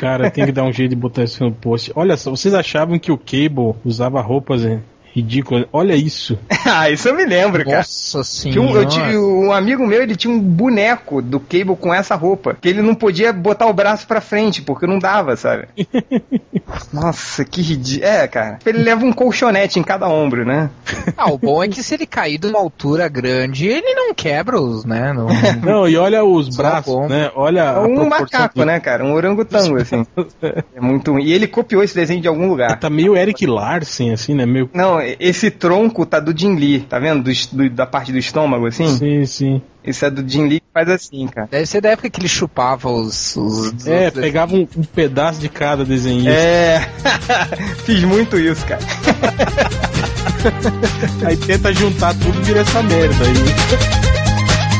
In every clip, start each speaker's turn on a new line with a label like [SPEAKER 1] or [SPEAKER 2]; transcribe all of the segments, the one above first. [SPEAKER 1] Cara, tem que dar um jeito de botar isso no post. Olha só, vocês achavam que o Cable usava roupas hein? ridículas? Olha isso.
[SPEAKER 2] ah, isso eu me lembro, cara.
[SPEAKER 3] Nossa
[SPEAKER 2] Tinha um,
[SPEAKER 3] senhora.
[SPEAKER 2] eu tinha- um amigo meu, ele tinha um boneco do Cable com essa roupa. Que ele não podia botar o braço pra frente, porque não dava, sabe? Nossa, que ridículo. É, cara. Ele leva um colchonete em cada ombro, né?
[SPEAKER 3] Ah, o bom é que se ele cair de uma altura grande, ele não quebra os, né? Não...
[SPEAKER 1] Não, e olha os
[SPEAKER 3] Só
[SPEAKER 1] braços,
[SPEAKER 3] bom.
[SPEAKER 1] né? Olha
[SPEAKER 2] É
[SPEAKER 3] Ah,
[SPEAKER 1] a
[SPEAKER 2] um
[SPEAKER 1] proporção
[SPEAKER 2] macaco,
[SPEAKER 1] do-
[SPEAKER 2] né, cara? Um orangotango, assim. É muito ruim. E ele copiou esse desenho de algum lugar.
[SPEAKER 1] Tá meio Eric Larsen, assim, né? Meio...
[SPEAKER 2] Não, esse tronco tá do Jin Lee, tá vendo? Do es- do- da parte do estômago, assim.
[SPEAKER 1] Sim, sim.
[SPEAKER 2] Esse é do Jin Lee que faz assim, cara.
[SPEAKER 3] Deve ser da época que ele chupava os. os
[SPEAKER 1] É,
[SPEAKER 3] os-
[SPEAKER 1] pegava um, um pedaço de cada desenhista.
[SPEAKER 2] É, fiz muito isso, cara.
[SPEAKER 1] É, Aí tenta juntar tudo e vira essa merda aí.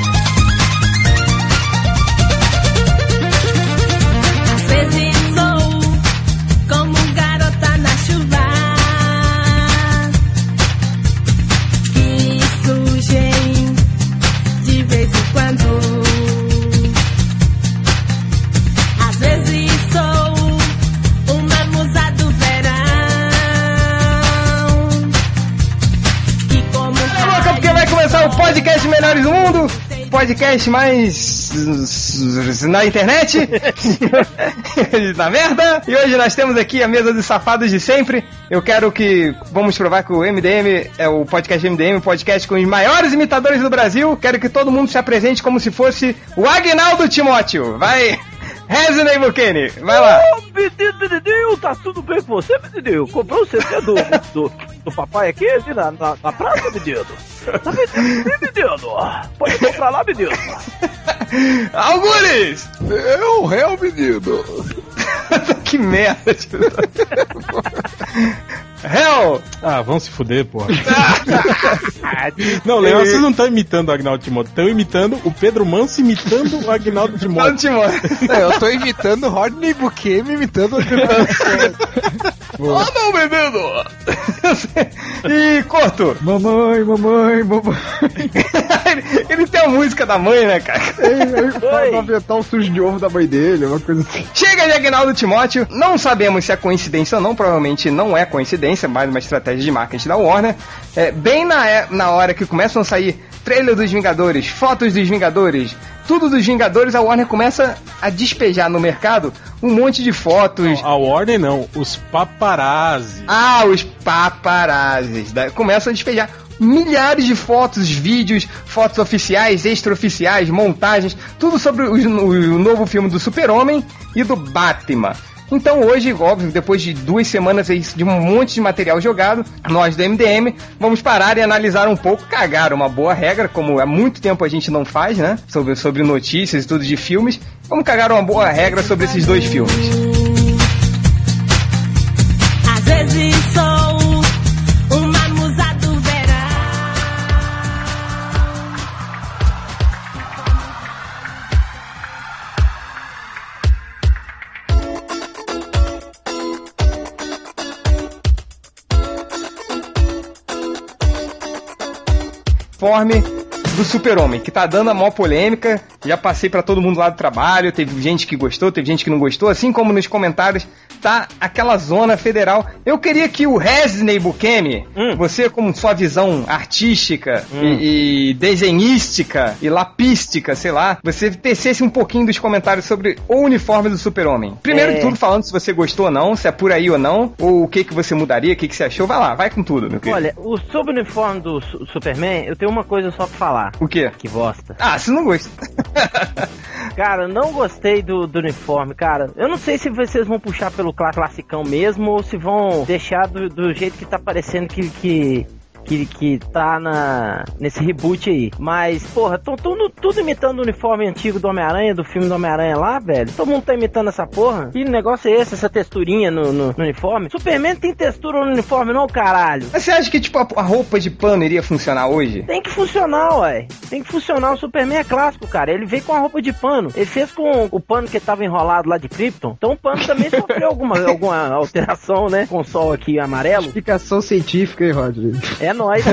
[SPEAKER 4] Às vezes sou como um garota na chuva que surgem de vez em quando. Às vezes sou uma musa do verão que como
[SPEAKER 2] Tá louca porque vai começar o podcast Melhores do Mundo, podcast mais na internet, na merda. E hoje nós temos aqui a mesa dos safados de sempre. Eu quero que vamos provar que o MDM é o podcast MDM, o podcast com os maiores imitadores do Brasil. Quero que todo mundo se apresente como se fosse o Agnaldo Timóteo. Vai, Resident Evil vai lá.
[SPEAKER 5] Ô, menino Didinho, tá tudo bem com você, menino? Comprou o CD do, do, do papai aqui, ali na, na, na praça, menino? Tá vendendo, menino? Pode comprar lá, menino.
[SPEAKER 2] Algures!
[SPEAKER 6] Eu, É réu, menino.
[SPEAKER 2] que merda, tio. Hell!
[SPEAKER 1] Ah, vão se fuder, porra. não, Leão,
[SPEAKER 2] Ele-
[SPEAKER 1] vocês não estão imitando o Agnaldo Timóteo, estão imitando o Pedro Manso imitando o Agnaldo
[SPEAKER 2] Fala,
[SPEAKER 1] Timóteo.
[SPEAKER 2] Timóteo.
[SPEAKER 3] É, eu tô imitando o Rodney Bouquet me imitando.
[SPEAKER 2] Ah, não, menino! e corto!
[SPEAKER 6] Mamãe, mamãe, mamãe.
[SPEAKER 2] ele, ele tem a música da mãe, né, cara?
[SPEAKER 5] Oi.
[SPEAKER 6] Pra aventar o sujo de ovo da mãe dele, uma coisa assim.
[SPEAKER 2] Chega de Agnaldo Timóteo. Não sabemos se é coincidência ou não, provavelmente não é coincidência, mais uma estratégia de marketing da Warner. É, bem na, é- na hora que começam a sair trailer dos Vingadores, fotos dos Vingadores, tudo dos Vingadores, a Warner começa a despejar no mercado um monte de fotos.
[SPEAKER 1] A Warner não, os paparazzi.
[SPEAKER 2] Ah, os paparazes. Da... Começam a despejar milhares de fotos, vídeos, fotos oficiais, extraoficiais, montagens, tudo sobre os- o novo filme do Super-Homem e do Batman. Então hoje, óbvio, depois de duas semanas aí de um monte de material jogado, nós do MDM vamos parar e analisar um pouco, cagar uma boa regra, como há muito tempo a gente não faz, né? Sobre, sobre notícias e tudo de filmes. Vamos cagar uma boa regra sobre esses dois filmes.
[SPEAKER 4] Às vezes sou uma musa do verão.
[SPEAKER 2] uniforme do Super-Homem, que tá dando a maior polêmica. Já passei pra todo mundo lá do trabalho, teve gente que gostou, teve gente que não gostou, assim como nos comentários tá aquela zona federal. Eu queria que o Resney Bukemi, você com sua visão artística e, e desenhística e lapística, sei lá, você tecesse um pouquinho dos comentários sobre o uniforme do Super-Homem. Primeiro de tudo, falando se você gostou ou não, se é por aí ou não, ou o que que você mudaria, o que que você achou. Vai lá, vai com tudo, meu querido.
[SPEAKER 5] Olha, o subuniforme do Su- Superman, eu tenho uma coisa só pra falar.
[SPEAKER 2] O quê?
[SPEAKER 5] Que bosta.
[SPEAKER 2] Ah, se não gosta.
[SPEAKER 5] Cara, eu não gostei do, do uniforme, cara. Eu não sei se vocês vão puxar pelo cla- classicão mesmo ou se vão deixar do, do jeito que tá parecendo que. que... Que, que tá na, nesse reboot aí. Mas, porra, tão tudo, tudo imitando o uniforme antigo do Homem-Aranha, do filme do Homem-Aranha lá, velho. Todo mundo tá imitando essa porra. Que negócio é esse, essa texturinha no, no- no uniforme? Superman tem textura no uniforme, não, caralho.
[SPEAKER 2] Mas você acha que, tipo, a a roupa de pano iria funcionar hoje?
[SPEAKER 5] Tem que funcionar, ué. Tem que funcionar. O Superman é clássico, cara. Ele veio com a roupa de pano. Ele fez com o pano que tava enrolado lá de Krypton. Então o pano também sofreu alguma, alguma alteração, né? Com o sol aqui amarelo.
[SPEAKER 6] Explicação científica, hein, Rodney?
[SPEAKER 5] É nóis,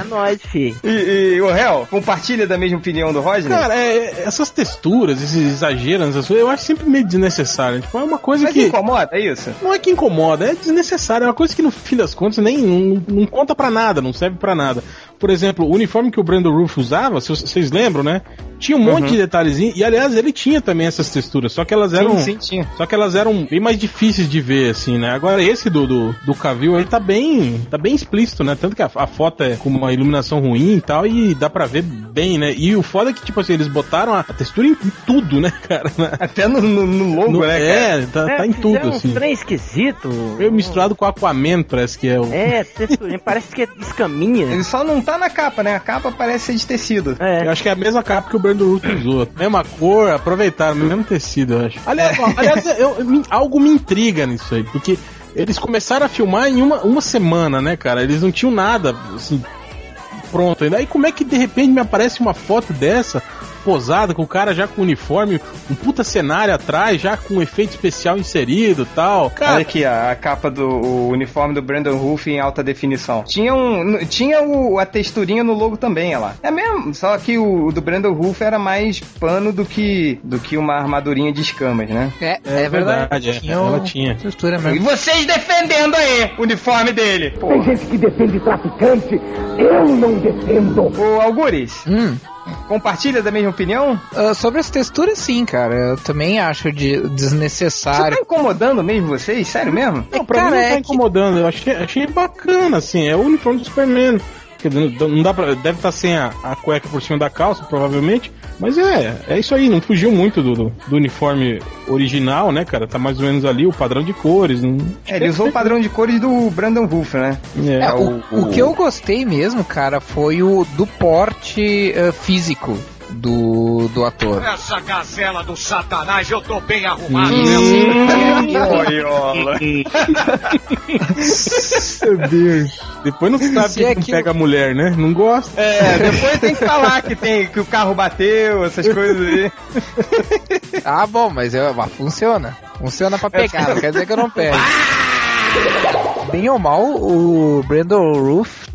[SPEAKER 5] é nóis, fi.
[SPEAKER 2] E, e o réu, compartilha da mesma opinião do Rodney?
[SPEAKER 1] Cara, é, é- essas texturas, esses exageros, essas coisas, eu acho sempre meio desnecessário. Tipo, é uma coisa
[SPEAKER 2] Mas
[SPEAKER 1] que.
[SPEAKER 2] incomoda, é isso?
[SPEAKER 1] Não é que incomoda, é desnecessário. É uma coisa que no fim das contas nem não, não conta pra nada, não serve pra nada. Por exemplo, o uniforme que o Brando Roof usava, se vocês- vocês lembram, né? Tinha um
[SPEAKER 2] Uhum.
[SPEAKER 1] monte de detalhezinho. E aliás, ele tinha também essas texturas, só que elas eram.
[SPEAKER 2] Sim, sim, tinha.
[SPEAKER 1] Só que elas eram bem mais difíceis de ver, assim, né? Agora, esse do, do, do Cavill, ele tá bem, tá bem explícito, né? Tanto que a, a foto é com uma iluminação ruim e tal, e dá pra ver bem, né? E o foda é que, tipo assim, eles botaram a, a textura em, em tudo, né, cara?
[SPEAKER 2] Até no, no, no logo,
[SPEAKER 1] No-
[SPEAKER 2] né, cara?
[SPEAKER 1] é, tá, tá em tudo,
[SPEAKER 5] fizeram
[SPEAKER 1] assim.
[SPEAKER 5] um trem esquisito.
[SPEAKER 1] Meio misturado com Aquaman, parece que é o...
[SPEAKER 5] É, texturinha, parece que é escaminha.
[SPEAKER 2] Ele só não tá na capa, né? A capa parece ser de tecido.
[SPEAKER 5] É.
[SPEAKER 1] Eu acho que é a mesma capa que o Brandon Root usou. Mesma cor, aproveitaram, mesmo tecido, eu acho. É. Aliás, ó, aliás, eu- eu me- algo me intriga nisso aí, porque eles começaram a filmar em uma, uma semana, né, cara? Eles não tinham nada, assim, pronto. E daí como é que de repente me aparece uma foto dessa, posada, com o cara já com uniforme, um puta cenário atrás, já com um efeito especial inserido e tal.
[SPEAKER 2] Olha
[SPEAKER 1] Cara,
[SPEAKER 2] aqui a, a capa do o uniforme do Brandon Ruff em alta definição. Tinha, um, n- tinha o, a texturinha no logo também, olha lá. É mesmo, só que o, o do Brandon Ruff era mais pano do que, do que uma armadurinha de escamas, né?
[SPEAKER 3] É, é, verdade.
[SPEAKER 1] é. Ela tinha.
[SPEAKER 3] Estrutura
[SPEAKER 2] E
[SPEAKER 3] mesmo.
[SPEAKER 2] vocês defendendo aí o uniforme dele. Tem gente que defende traficante, eu não defendo. Ô Algures,
[SPEAKER 3] Hum.
[SPEAKER 2] compartilha da mesma opinião?
[SPEAKER 3] Ah, sobre as texturas, sim, cara. Eu também acho de
[SPEAKER 2] Você
[SPEAKER 3] desnecessário.
[SPEAKER 2] tá incomodando mesmo vocês? Sério mesmo?
[SPEAKER 1] Não, pra
[SPEAKER 3] Cara,
[SPEAKER 1] mim não
[SPEAKER 3] é
[SPEAKER 1] tá
[SPEAKER 3] que-
[SPEAKER 1] incomodando. Eu achei, achei bacana, assim. É o uniforme do Superman. Quer dizer, não- não dá pra, deve estar sem a, a cueca por cima da calça, provavelmente. Mas é, é isso aí. Não fugiu muito do, do, do uniforme original, né, cara? Tá mais ou menos ali o padrão de cores. Não...
[SPEAKER 2] É, ele usou o padrão de cores do Brandon Ruff, né?
[SPEAKER 1] É.
[SPEAKER 3] É, o,
[SPEAKER 2] o-
[SPEAKER 3] o que eu gostei mesmo, cara, foi o do porte ah, físico do, do ator.
[SPEAKER 7] Essa gazela do satanás, eu tô bem arrumado.
[SPEAKER 2] Boiola.
[SPEAKER 6] Meu Deus.
[SPEAKER 1] Depois não se
[SPEAKER 3] Se
[SPEAKER 1] sabe
[SPEAKER 3] é
[SPEAKER 1] que não
[SPEAKER 3] aquilo-
[SPEAKER 1] pega a mulher, né? Não gosta.
[SPEAKER 2] É, depois tem que falar que, tem, que o carro bateu, essas coisas aí.
[SPEAKER 3] Ah, bom, mas, eu, mas funciona. Funciona pra pegar, não quer dizer que eu não pego. Bem ou mal, o Brandon Roof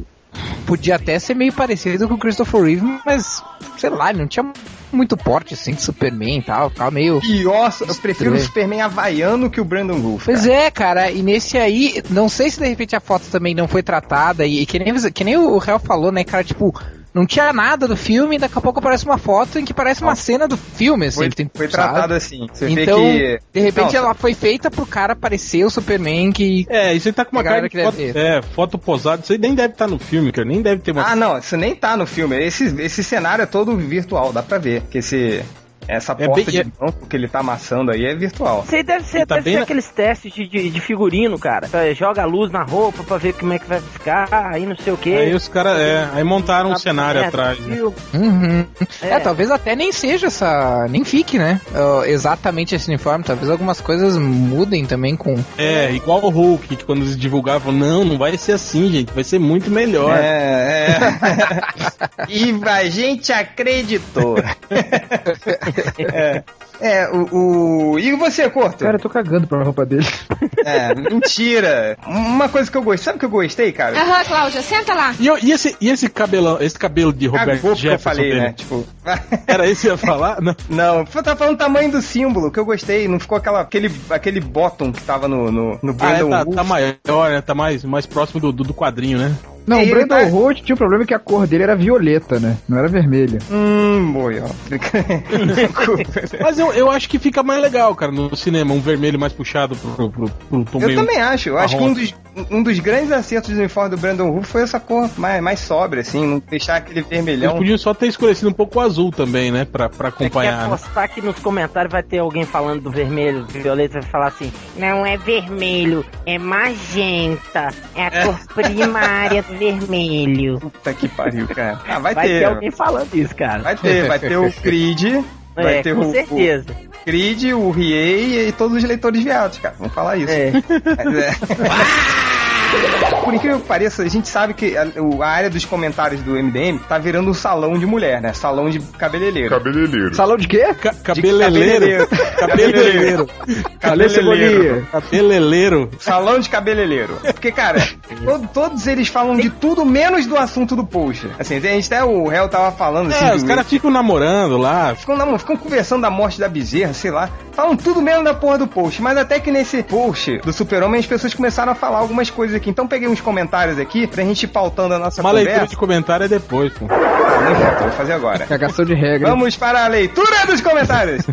[SPEAKER 3] podia até ser meio parecido com o Christopher Reeve, mas, sei lá, ele não tinha muito porte, assim, de Superman e tal, ficava meio...
[SPEAKER 2] Pior, eu prefiro o
[SPEAKER 3] Estranho.
[SPEAKER 2] Superman havaiano que o Brandon Wolf.
[SPEAKER 3] Pois é, cara, e nesse aí, não sei se de repente a foto também não foi tratada, e, e que, nem, você- que nem o Real falou, né, cara, tipo, não tinha nada do filme, e daqui a pouco aparece uma foto em que parece uma cena do filme, assim,
[SPEAKER 2] Foi,
[SPEAKER 3] que tem-
[SPEAKER 2] foi
[SPEAKER 3] sabe?
[SPEAKER 2] tratado assim. Você
[SPEAKER 3] Então,
[SPEAKER 2] vê que.
[SPEAKER 3] de repente
[SPEAKER 2] Não,
[SPEAKER 3] ela foi feita pro cara parecer o Superman que.
[SPEAKER 1] É, isso aí tá com uma
[SPEAKER 3] A galera
[SPEAKER 1] cara de
[SPEAKER 3] que
[SPEAKER 1] foto,
[SPEAKER 3] deve
[SPEAKER 1] é, foto posada. Isso aí nem deve estar no filme, cara. Nem deve ter uma.
[SPEAKER 2] Ah, não, isso nem tá no filme. Esse, esse cenário é todo virtual, dá pra ver. Que esse. Essa
[SPEAKER 1] É
[SPEAKER 2] porta
[SPEAKER 1] bem-
[SPEAKER 2] de
[SPEAKER 1] é-
[SPEAKER 2] banco que ele tá amassando aí é virtual.
[SPEAKER 5] Isso aí deve ser,
[SPEAKER 1] E tá
[SPEAKER 5] deve
[SPEAKER 1] bem
[SPEAKER 5] ser
[SPEAKER 1] na-
[SPEAKER 5] aqueles testes de, de, de figurino, cara. É, Joga a luz na roupa pra ver como é que vai ficar, aí não sei o que.
[SPEAKER 1] Aí os caras, é, aí montaram um
[SPEAKER 5] Tá
[SPEAKER 1] cenário atrás. Né?
[SPEAKER 3] Uhum. É.
[SPEAKER 5] É.
[SPEAKER 3] talvez até nem seja essa. Nem fique, né? Ó, exatamente esse uniforme. Talvez algumas coisas mudem também com.
[SPEAKER 1] É, igual o Hulk, que quando eles divulgaram, falou, não, não vai ser assim, gente, vai ser muito melhor.
[SPEAKER 2] É, é. e a gente acreditou. é. É, o, o- E você, Corto?
[SPEAKER 6] Cara, eu tô cagando pra roupa dele.
[SPEAKER 2] É, mentira. Uma coisa que eu gostei. Sabe o que eu gostei,
[SPEAKER 1] Ah,
[SPEAKER 2] cara?
[SPEAKER 8] Aham, Cláudia, senta lá.
[SPEAKER 1] E, eu- e esse, e esse cabelão, esse cabelo de Robert
[SPEAKER 2] Cagou porque eu
[SPEAKER 1] Jefferson
[SPEAKER 2] falei,
[SPEAKER 1] dele?
[SPEAKER 2] né? Tipo.
[SPEAKER 1] Era isso que eu ia falar? Não.
[SPEAKER 2] Não, eu tava falando o tamanho do símbolo, que eu gostei. Não ficou aquela, aquele, aquele bottom que tava no, no, no
[SPEAKER 1] Ah, é,
[SPEAKER 2] Brandon
[SPEAKER 1] tá,
[SPEAKER 2] Wolf.
[SPEAKER 1] tá maior, né? Tá mais, mais próximo do, do, do quadrinho, né?
[SPEAKER 6] Não,
[SPEAKER 2] Ele
[SPEAKER 6] o Brandon
[SPEAKER 2] tá-
[SPEAKER 6] Roth tinha um problema que a cor dele era violeta, né? Não era vermelha.
[SPEAKER 2] Hum, boi, ó.
[SPEAKER 1] Mas eu, eu acho que fica mais legal, cara, no cinema, um vermelho mais puxado pro, pro, pro, pro
[SPEAKER 2] Eu
[SPEAKER 1] meio.
[SPEAKER 2] também acho. Eu acho que
[SPEAKER 1] marrom.
[SPEAKER 2] um dos, um dos grandes acertos do uniforme do Brandon Wolf foi essa cor mais, mais sóbria, assim, não deixar aquele
[SPEAKER 1] Eles
[SPEAKER 2] vermelhão.
[SPEAKER 1] podiam só ter escurecido É um pouco o azul também, né? Pra, pra
[SPEAKER 5] Quer
[SPEAKER 1] acompanhar. né?
[SPEAKER 5] apostar que nos comentários vai ter alguém falando do vermelho, do violeta, vai falar assim: não é vermelho, é magenta, é a cor primária do vermelho.
[SPEAKER 2] Puta que pariu, cara. Ah, vai,
[SPEAKER 5] Vai ter
[SPEAKER 2] ter.
[SPEAKER 5] alguém falando isso, cara.
[SPEAKER 2] Vai ter, vai ter o Creed. Vai
[SPEAKER 5] é,
[SPEAKER 2] ter
[SPEAKER 5] com
[SPEAKER 2] o, o
[SPEAKER 5] certeza.
[SPEAKER 2] Creed, o Riei e todos os leitores viados, cara. Vamos falar isso.
[SPEAKER 5] É.
[SPEAKER 2] Mas é. Por incrível que pareça, a gente sabe que a, o- a área dos comentários do MDM tá virando um salão de mulher, né? Salão de cabeleireiro.
[SPEAKER 8] Cabeleireiro.
[SPEAKER 6] Salão de quê?
[SPEAKER 1] Ca- Cabeleleiro. Cabeleleiro.
[SPEAKER 2] Cabeleireiro.
[SPEAKER 6] Cadê
[SPEAKER 2] Cabeleireiro.
[SPEAKER 6] Cebolinha?
[SPEAKER 1] Cabeleleiro.
[SPEAKER 2] Salão de cabeleireiro. Porque, cara, to- todos eles falam de tudo menos do assunto do post. Assim, a gente até o réu tava falando assim.
[SPEAKER 1] É,
[SPEAKER 2] do-
[SPEAKER 1] os caras ficam namorando lá.
[SPEAKER 2] Ficam, na- ficam conversando da morte da bezerra, sei lá. Falam tudo menos da porra do post. Mas até que nesse post do Super-Homem as pessoas começaram a falar algumas coisas aqui. Então peguei uns comentários aqui pra gente ir pautando a nossa
[SPEAKER 1] Uma leitura
[SPEAKER 2] conversa.
[SPEAKER 1] de comentário é depois, pô.
[SPEAKER 2] Ah, não importa, vou fazer agora.
[SPEAKER 6] Cagação de regra.
[SPEAKER 2] Vamos para a leitura dos comentários.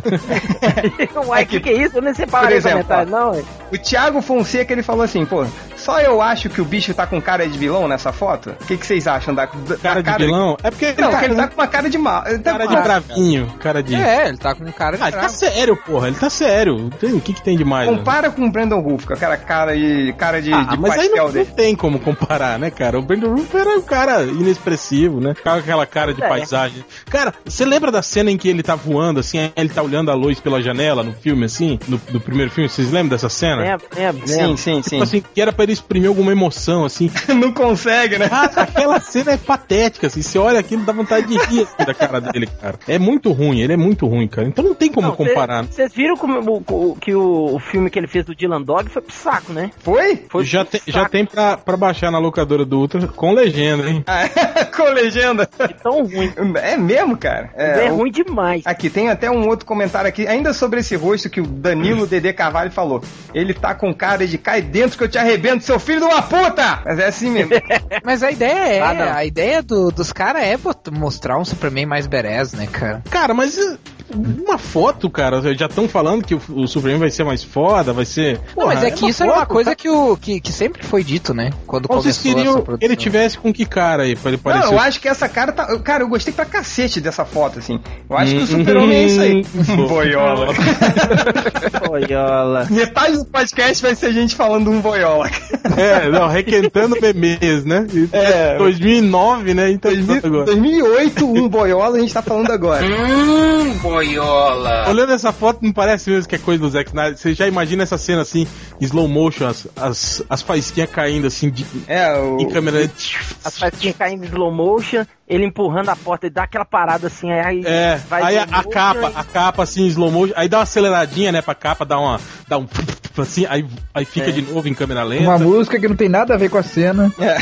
[SPEAKER 5] Uai, o que, que é isso? Eu nem sei parar
[SPEAKER 2] Por
[SPEAKER 5] de
[SPEAKER 2] exemplo,
[SPEAKER 5] comentário, não. é, ué.
[SPEAKER 2] O Thiago Fonseca ele falou assim, pô, só eu acho que o bicho tá com cara de vilão nessa foto? O que, que vocês acham da, da- da
[SPEAKER 1] Cara de vilão. É porque ele
[SPEAKER 2] Não,
[SPEAKER 1] tá
[SPEAKER 2] que ele
[SPEAKER 1] com
[SPEAKER 2] tá com uma cara de mal. Ele tá
[SPEAKER 1] cara
[SPEAKER 2] com
[SPEAKER 1] de
[SPEAKER 2] uma-
[SPEAKER 1] bravinho. Cara de.
[SPEAKER 3] É, ele tá com um cara de
[SPEAKER 1] Ah, ele tá
[SPEAKER 3] bravo.
[SPEAKER 1] sério, porra. Ele tá sério. Tem- O que, que tem de mais? né?
[SPEAKER 2] Compara com o Brandon Wolf, com aquela cara de, cara de,
[SPEAKER 1] Ah,
[SPEAKER 2] de
[SPEAKER 1] mas aí
[SPEAKER 2] pastel
[SPEAKER 1] não, não
[SPEAKER 2] dele.
[SPEAKER 1] tem como comparar, né, cara? O Brandon Roof era um cara inexpressivo, né? Ficava com aquela cara de
[SPEAKER 5] É.
[SPEAKER 1] paisagem. Cara, você lembra da cena em que ele tá voando, assim, aí ele tá olhando a luz pela janela no filme, assim? No, do primeiro filme, vocês lembram dessa cena?
[SPEAKER 5] Lembro, lembro,
[SPEAKER 2] Ah. Sim,
[SPEAKER 5] lembro.
[SPEAKER 2] sim, sim.
[SPEAKER 1] Tipo assim, que era pra ele exprimir alguma emoção, assim.
[SPEAKER 2] não consegue, né?
[SPEAKER 1] Cara, aquela cena é patética, assim. Você olha aquilo, dá vontade de rir assim, da cara dele, cara. É muito ruim, ele é muito ruim, cara. Então não tem como
[SPEAKER 5] Não,
[SPEAKER 1] comparar. né?
[SPEAKER 5] cê- Vocês viram como, o- o- que o, o filme que ele fez do Dylan Dog foi pro saco, né?
[SPEAKER 2] Foi?
[SPEAKER 5] Foi
[SPEAKER 3] um
[SPEAKER 1] já,
[SPEAKER 5] pro
[SPEAKER 1] tem, já
[SPEAKER 5] saco
[SPEAKER 1] tem pra, pra baixar na locadora do Ultra com legenda, hein?
[SPEAKER 2] Ah, é, com legenda.
[SPEAKER 5] de tão ruim.
[SPEAKER 2] É mesmo, cara?
[SPEAKER 5] É,
[SPEAKER 2] o-
[SPEAKER 5] ruim demais.
[SPEAKER 2] Aqui, tem até um outro comentário aqui, ainda sobre esse rosto que o Danilo Dedê Carvalho falou. Ele tá com cara de cai dentro que eu te arrebento, seu filho de uma puta! Mas é assim mesmo.
[SPEAKER 3] Mas a ideia é,
[SPEAKER 5] Ah, não.
[SPEAKER 3] a ideia do- dos caras é bot- mostrar um Superman mais berés, né, cara?
[SPEAKER 1] Cara, mas eh, uma foto, cara, já estão falando que o, o Superman vai ser mais foda, vai ser.
[SPEAKER 3] Não, mas
[SPEAKER 1] Porra,
[SPEAKER 3] é que
[SPEAKER 1] uma
[SPEAKER 3] isso era uma
[SPEAKER 1] foto,
[SPEAKER 3] coisa
[SPEAKER 1] cara.
[SPEAKER 3] que, o, que, que sempre foi dito, né? Quando
[SPEAKER 1] Qual vocês
[SPEAKER 3] começou essa
[SPEAKER 1] queriam que
[SPEAKER 3] produção.
[SPEAKER 1] ele tivesse com que cara aí, pra ele parecer.
[SPEAKER 2] Não, eu acho que essa cara tá. eu- Cara, eu gostei pra cacete dessa foto, assim. Eu acho que o super-homem é isso aí.
[SPEAKER 1] Hum.
[SPEAKER 2] boiola.
[SPEAKER 5] Olha
[SPEAKER 2] Metade do podcast vai ser gente falando um boiola.
[SPEAKER 1] É, não, requentando bebês, né? E-
[SPEAKER 2] É.
[SPEAKER 1] 2009, né? Então,
[SPEAKER 2] 2000
[SPEAKER 1] agora.
[SPEAKER 2] 2008, um boiola, a gente tá falando agora.
[SPEAKER 1] Olhando essa foto, não parece mesmo que é coisa do Zack Snyder. Você já imagina essa cena assim, em slow motion, as, as, as faísquinhas caindo assim, de,
[SPEAKER 2] É, o.
[SPEAKER 1] em câmera.
[SPEAKER 5] As fatinhas caindo em slow motion, ele empurrando a porta, ele dá aquela parada assim, aí
[SPEAKER 1] É, aí a,
[SPEAKER 5] slow
[SPEAKER 1] a
[SPEAKER 5] motion
[SPEAKER 1] capa, a capa assim, em slow motion, aí dá uma aceleradinha, né, pra capa, dá uma. Dá um. Assim, aí, aí fica de novo em câmera lenta.
[SPEAKER 6] Uma música que não tem nada a ver com a cena.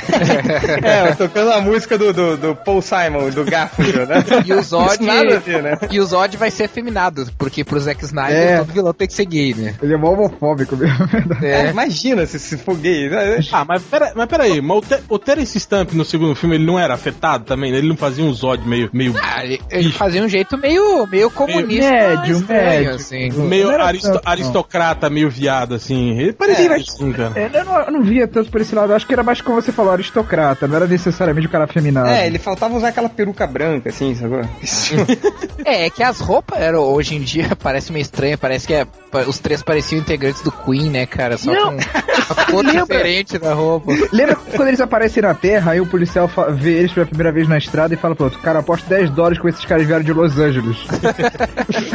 [SPEAKER 2] É, eu tocando a música do, do, do Paul Simon, do Garfield, né?
[SPEAKER 3] E o Zod.
[SPEAKER 2] Isso nada a ver, né?
[SPEAKER 3] E o Zod vai ser efeminado, porque pro Zack Snyder
[SPEAKER 6] É.
[SPEAKER 3] todo vilão tem que ser gay, né?
[SPEAKER 6] Ele é mó homofóbico mesmo, é verdade.
[SPEAKER 2] É, imagina se, se for gay. né?
[SPEAKER 1] Ah, mas, pera, mas peraí, mas o, Ter- o Terence Stamp no segundo filme ele não era afetado também? Ele não fazia um Zod meio. meio,
[SPEAKER 3] Ah, ele, ele fazia um jeito meio, meio comunista.
[SPEAKER 6] médio, médio.
[SPEAKER 3] assim.
[SPEAKER 1] meio
[SPEAKER 6] Não era
[SPEAKER 1] aristo-
[SPEAKER 6] tanto, não.
[SPEAKER 1] aristocrata, meio viado, assim. Ele parecia assim, cara.
[SPEAKER 6] É, eu, não, eu não via tanto por esse lado. Eu acho que era mais como você falou, aristocrata. Não era necessariamente o cara afeminado.
[SPEAKER 2] É, ele faltava usar aquela peruca branca, assim, sacou?
[SPEAKER 3] É, é que as roupas eram, hoje em dia parece meio estranha, parece que é- pa- os três pareciam integrantes do Queen, né, cara? Só
[SPEAKER 5] Não.
[SPEAKER 3] com uma cor diferente da roupa.
[SPEAKER 6] Lembra quando eles aparecem na Terra, aí o policial fa- vê eles pela primeira vez na estrada e fala pro outro, cara, aposto 10 dólares com esses caras vieram de Los Angeles.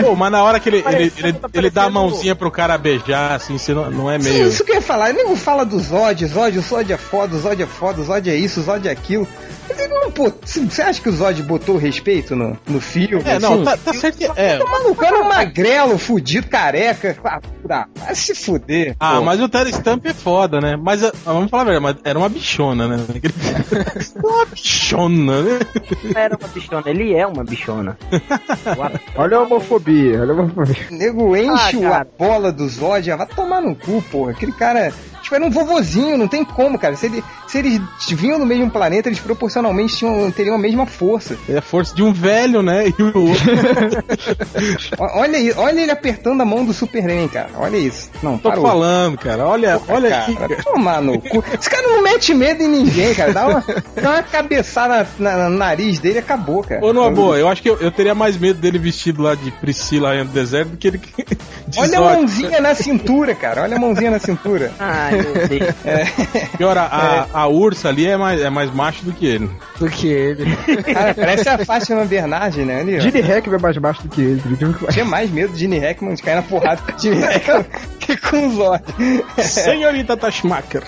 [SPEAKER 1] Pô, mas na hora que ele, ele,
[SPEAKER 5] Parecendo-
[SPEAKER 1] ele,
[SPEAKER 5] tá
[SPEAKER 1] ele dá a
[SPEAKER 5] parecendo-
[SPEAKER 1] mãozinha pro cara beijar, assim, você não, não é meio.
[SPEAKER 2] Isso que eu ia falar, nego fala do Zod, Zod, o Zod é foda, o Zod é foda, o Zod é isso, o Zod é aquilo. Mas ele não, pô, c- você acha que o Zod botou respeito no, no filme?
[SPEAKER 1] É, não, tá, tá certo que. É.
[SPEAKER 2] Mano, o cara é um magrelo, fudido, careca. Ah, dá, vai se fuder.
[SPEAKER 1] Ah,
[SPEAKER 2] pô.
[SPEAKER 1] mas o Terry Stamp é foda, né? Mas ah, vamos falar a verdade, mas era uma bichona, né? uma bichona, né?
[SPEAKER 5] era uma bichona, ele é uma bichona.
[SPEAKER 6] Olha a homofobia, olha a homofobia.
[SPEAKER 2] Nego enche
[SPEAKER 5] Ah,
[SPEAKER 2] a
[SPEAKER 5] cara.
[SPEAKER 2] bola do Zod, ah, vai tomar no cu, porra. Aquele cara. Tipo, era um vovozinho, não tem como, cara. Se, ele, se eles vinham no mesmo planeta, eles proporcionalmente tinham, teriam a mesma força.
[SPEAKER 1] É a força de um velho, né? E o outro.
[SPEAKER 2] O- Olha, aí, olha ele apertando a mão do Superman, cara. Olha isso. Não,
[SPEAKER 1] Tô
[SPEAKER 2] parou.
[SPEAKER 1] falando, cara. Olha, olha aqui.
[SPEAKER 2] Cara, tomar no cu. Esse cara não mete medo em ninguém, cara. Dá uma, dá uma cabeçada na, na- no nariz dele e acabou, cara.
[SPEAKER 1] Ô, numa boa, eu acho que eu, eu teria mais medo dele vestido lá de Priscila aí no deserto do que ele. de
[SPEAKER 2] Olha a
[SPEAKER 1] Zod.
[SPEAKER 2] mãozinha na cintura, cara. Olha a mãozinha na cintura.
[SPEAKER 5] Ai,
[SPEAKER 1] Pior, a, a, a ursa ali é mais, é mais macho do que ele.
[SPEAKER 3] do que ele.
[SPEAKER 2] Cara, parece a Fátima Bernardi, né? Ali, ó.
[SPEAKER 6] Gene Hackman é mais baixo do que ele. por incrível que pareça.
[SPEAKER 2] Tinha mais medo de Gene Hackman de cair na porrada com o Gene Hackman que com os olhos.
[SPEAKER 1] Senhorita Tashmaker.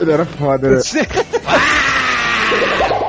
[SPEAKER 6] Ele era foda, né?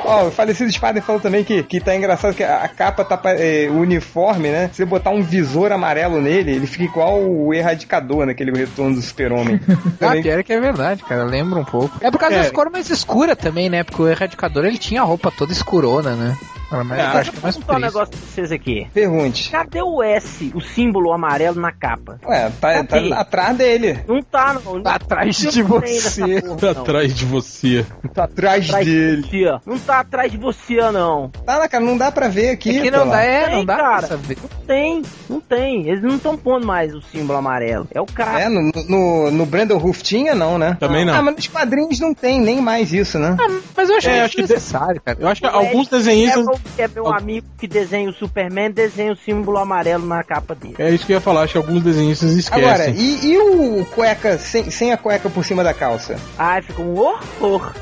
[SPEAKER 2] Ó, o falecido Spider falou também que, que tá engraçado que a a capa tá pa- é, o uniforme, né? Se você botar um visor amarelo nele, ele fica igual o erradicador naquele retorno do super-homem.
[SPEAKER 3] Ah,
[SPEAKER 2] Também-
[SPEAKER 3] pior que é verdade, cara. Lembra um pouco. É por causa das cores mais escuras também, né? Porque o Erradicador ele tinha a roupa toda escurona, né? Era mais,
[SPEAKER 2] É,
[SPEAKER 3] eu acho que é mais
[SPEAKER 5] Vou contar um
[SPEAKER 3] por isso.
[SPEAKER 5] negócio pra vocês aqui.
[SPEAKER 2] Pergunte.
[SPEAKER 5] Cadê o S, o símbolo amarelo na capa?
[SPEAKER 2] Ué, tá, tá
[SPEAKER 5] Cadê?
[SPEAKER 2] atrás dele.
[SPEAKER 5] Não tá, não.
[SPEAKER 3] Tá atrás de
[SPEAKER 5] Não tem nessa
[SPEAKER 3] você.
[SPEAKER 5] porra,
[SPEAKER 1] Tá
[SPEAKER 5] não.
[SPEAKER 1] atrás de você.
[SPEAKER 2] Tá atrás
[SPEAKER 5] Atrás de
[SPEAKER 2] dele.
[SPEAKER 5] você, ó. Não tá atrás de você, não.
[SPEAKER 2] Tá, lá, cara, não dá pra ver aqui.
[SPEAKER 3] É que não
[SPEAKER 2] pô.
[SPEAKER 3] dá, é,
[SPEAKER 5] Tem,
[SPEAKER 3] não dá
[SPEAKER 5] cara.
[SPEAKER 3] pra saber.
[SPEAKER 5] Não tem, não tem. Eles não estão pondo mais o símbolo amarelo. É o cara.
[SPEAKER 2] É, no, no, no Brandon Roof tinha, não, né?
[SPEAKER 1] Também não.
[SPEAKER 2] Ah, mas nos quadrinhos não tem nem mais isso, né?
[SPEAKER 3] Mas eu acho
[SPEAKER 1] É,
[SPEAKER 3] que é
[SPEAKER 1] acho que de-
[SPEAKER 3] desnecessário, cara.
[SPEAKER 1] Eu acho que
[SPEAKER 5] O
[SPEAKER 1] alguns
[SPEAKER 5] É,
[SPEAKER 1] desenhistas.
[SPEAKER 5] o- é meu amigo que desenha o Superman, desenha o símbolo amarelo na capa dele.
[SPEAKER 1] É isso que eu ia falar, acho que alguns desenhistas
[SPEAKER 2] Agora,
[SPEAKER 1] esquecem.
[SPEAKER 2] e, e o cueca sem, sem a cueca por cima da calça?
[SPEAKER 5] Ai, fica um horror.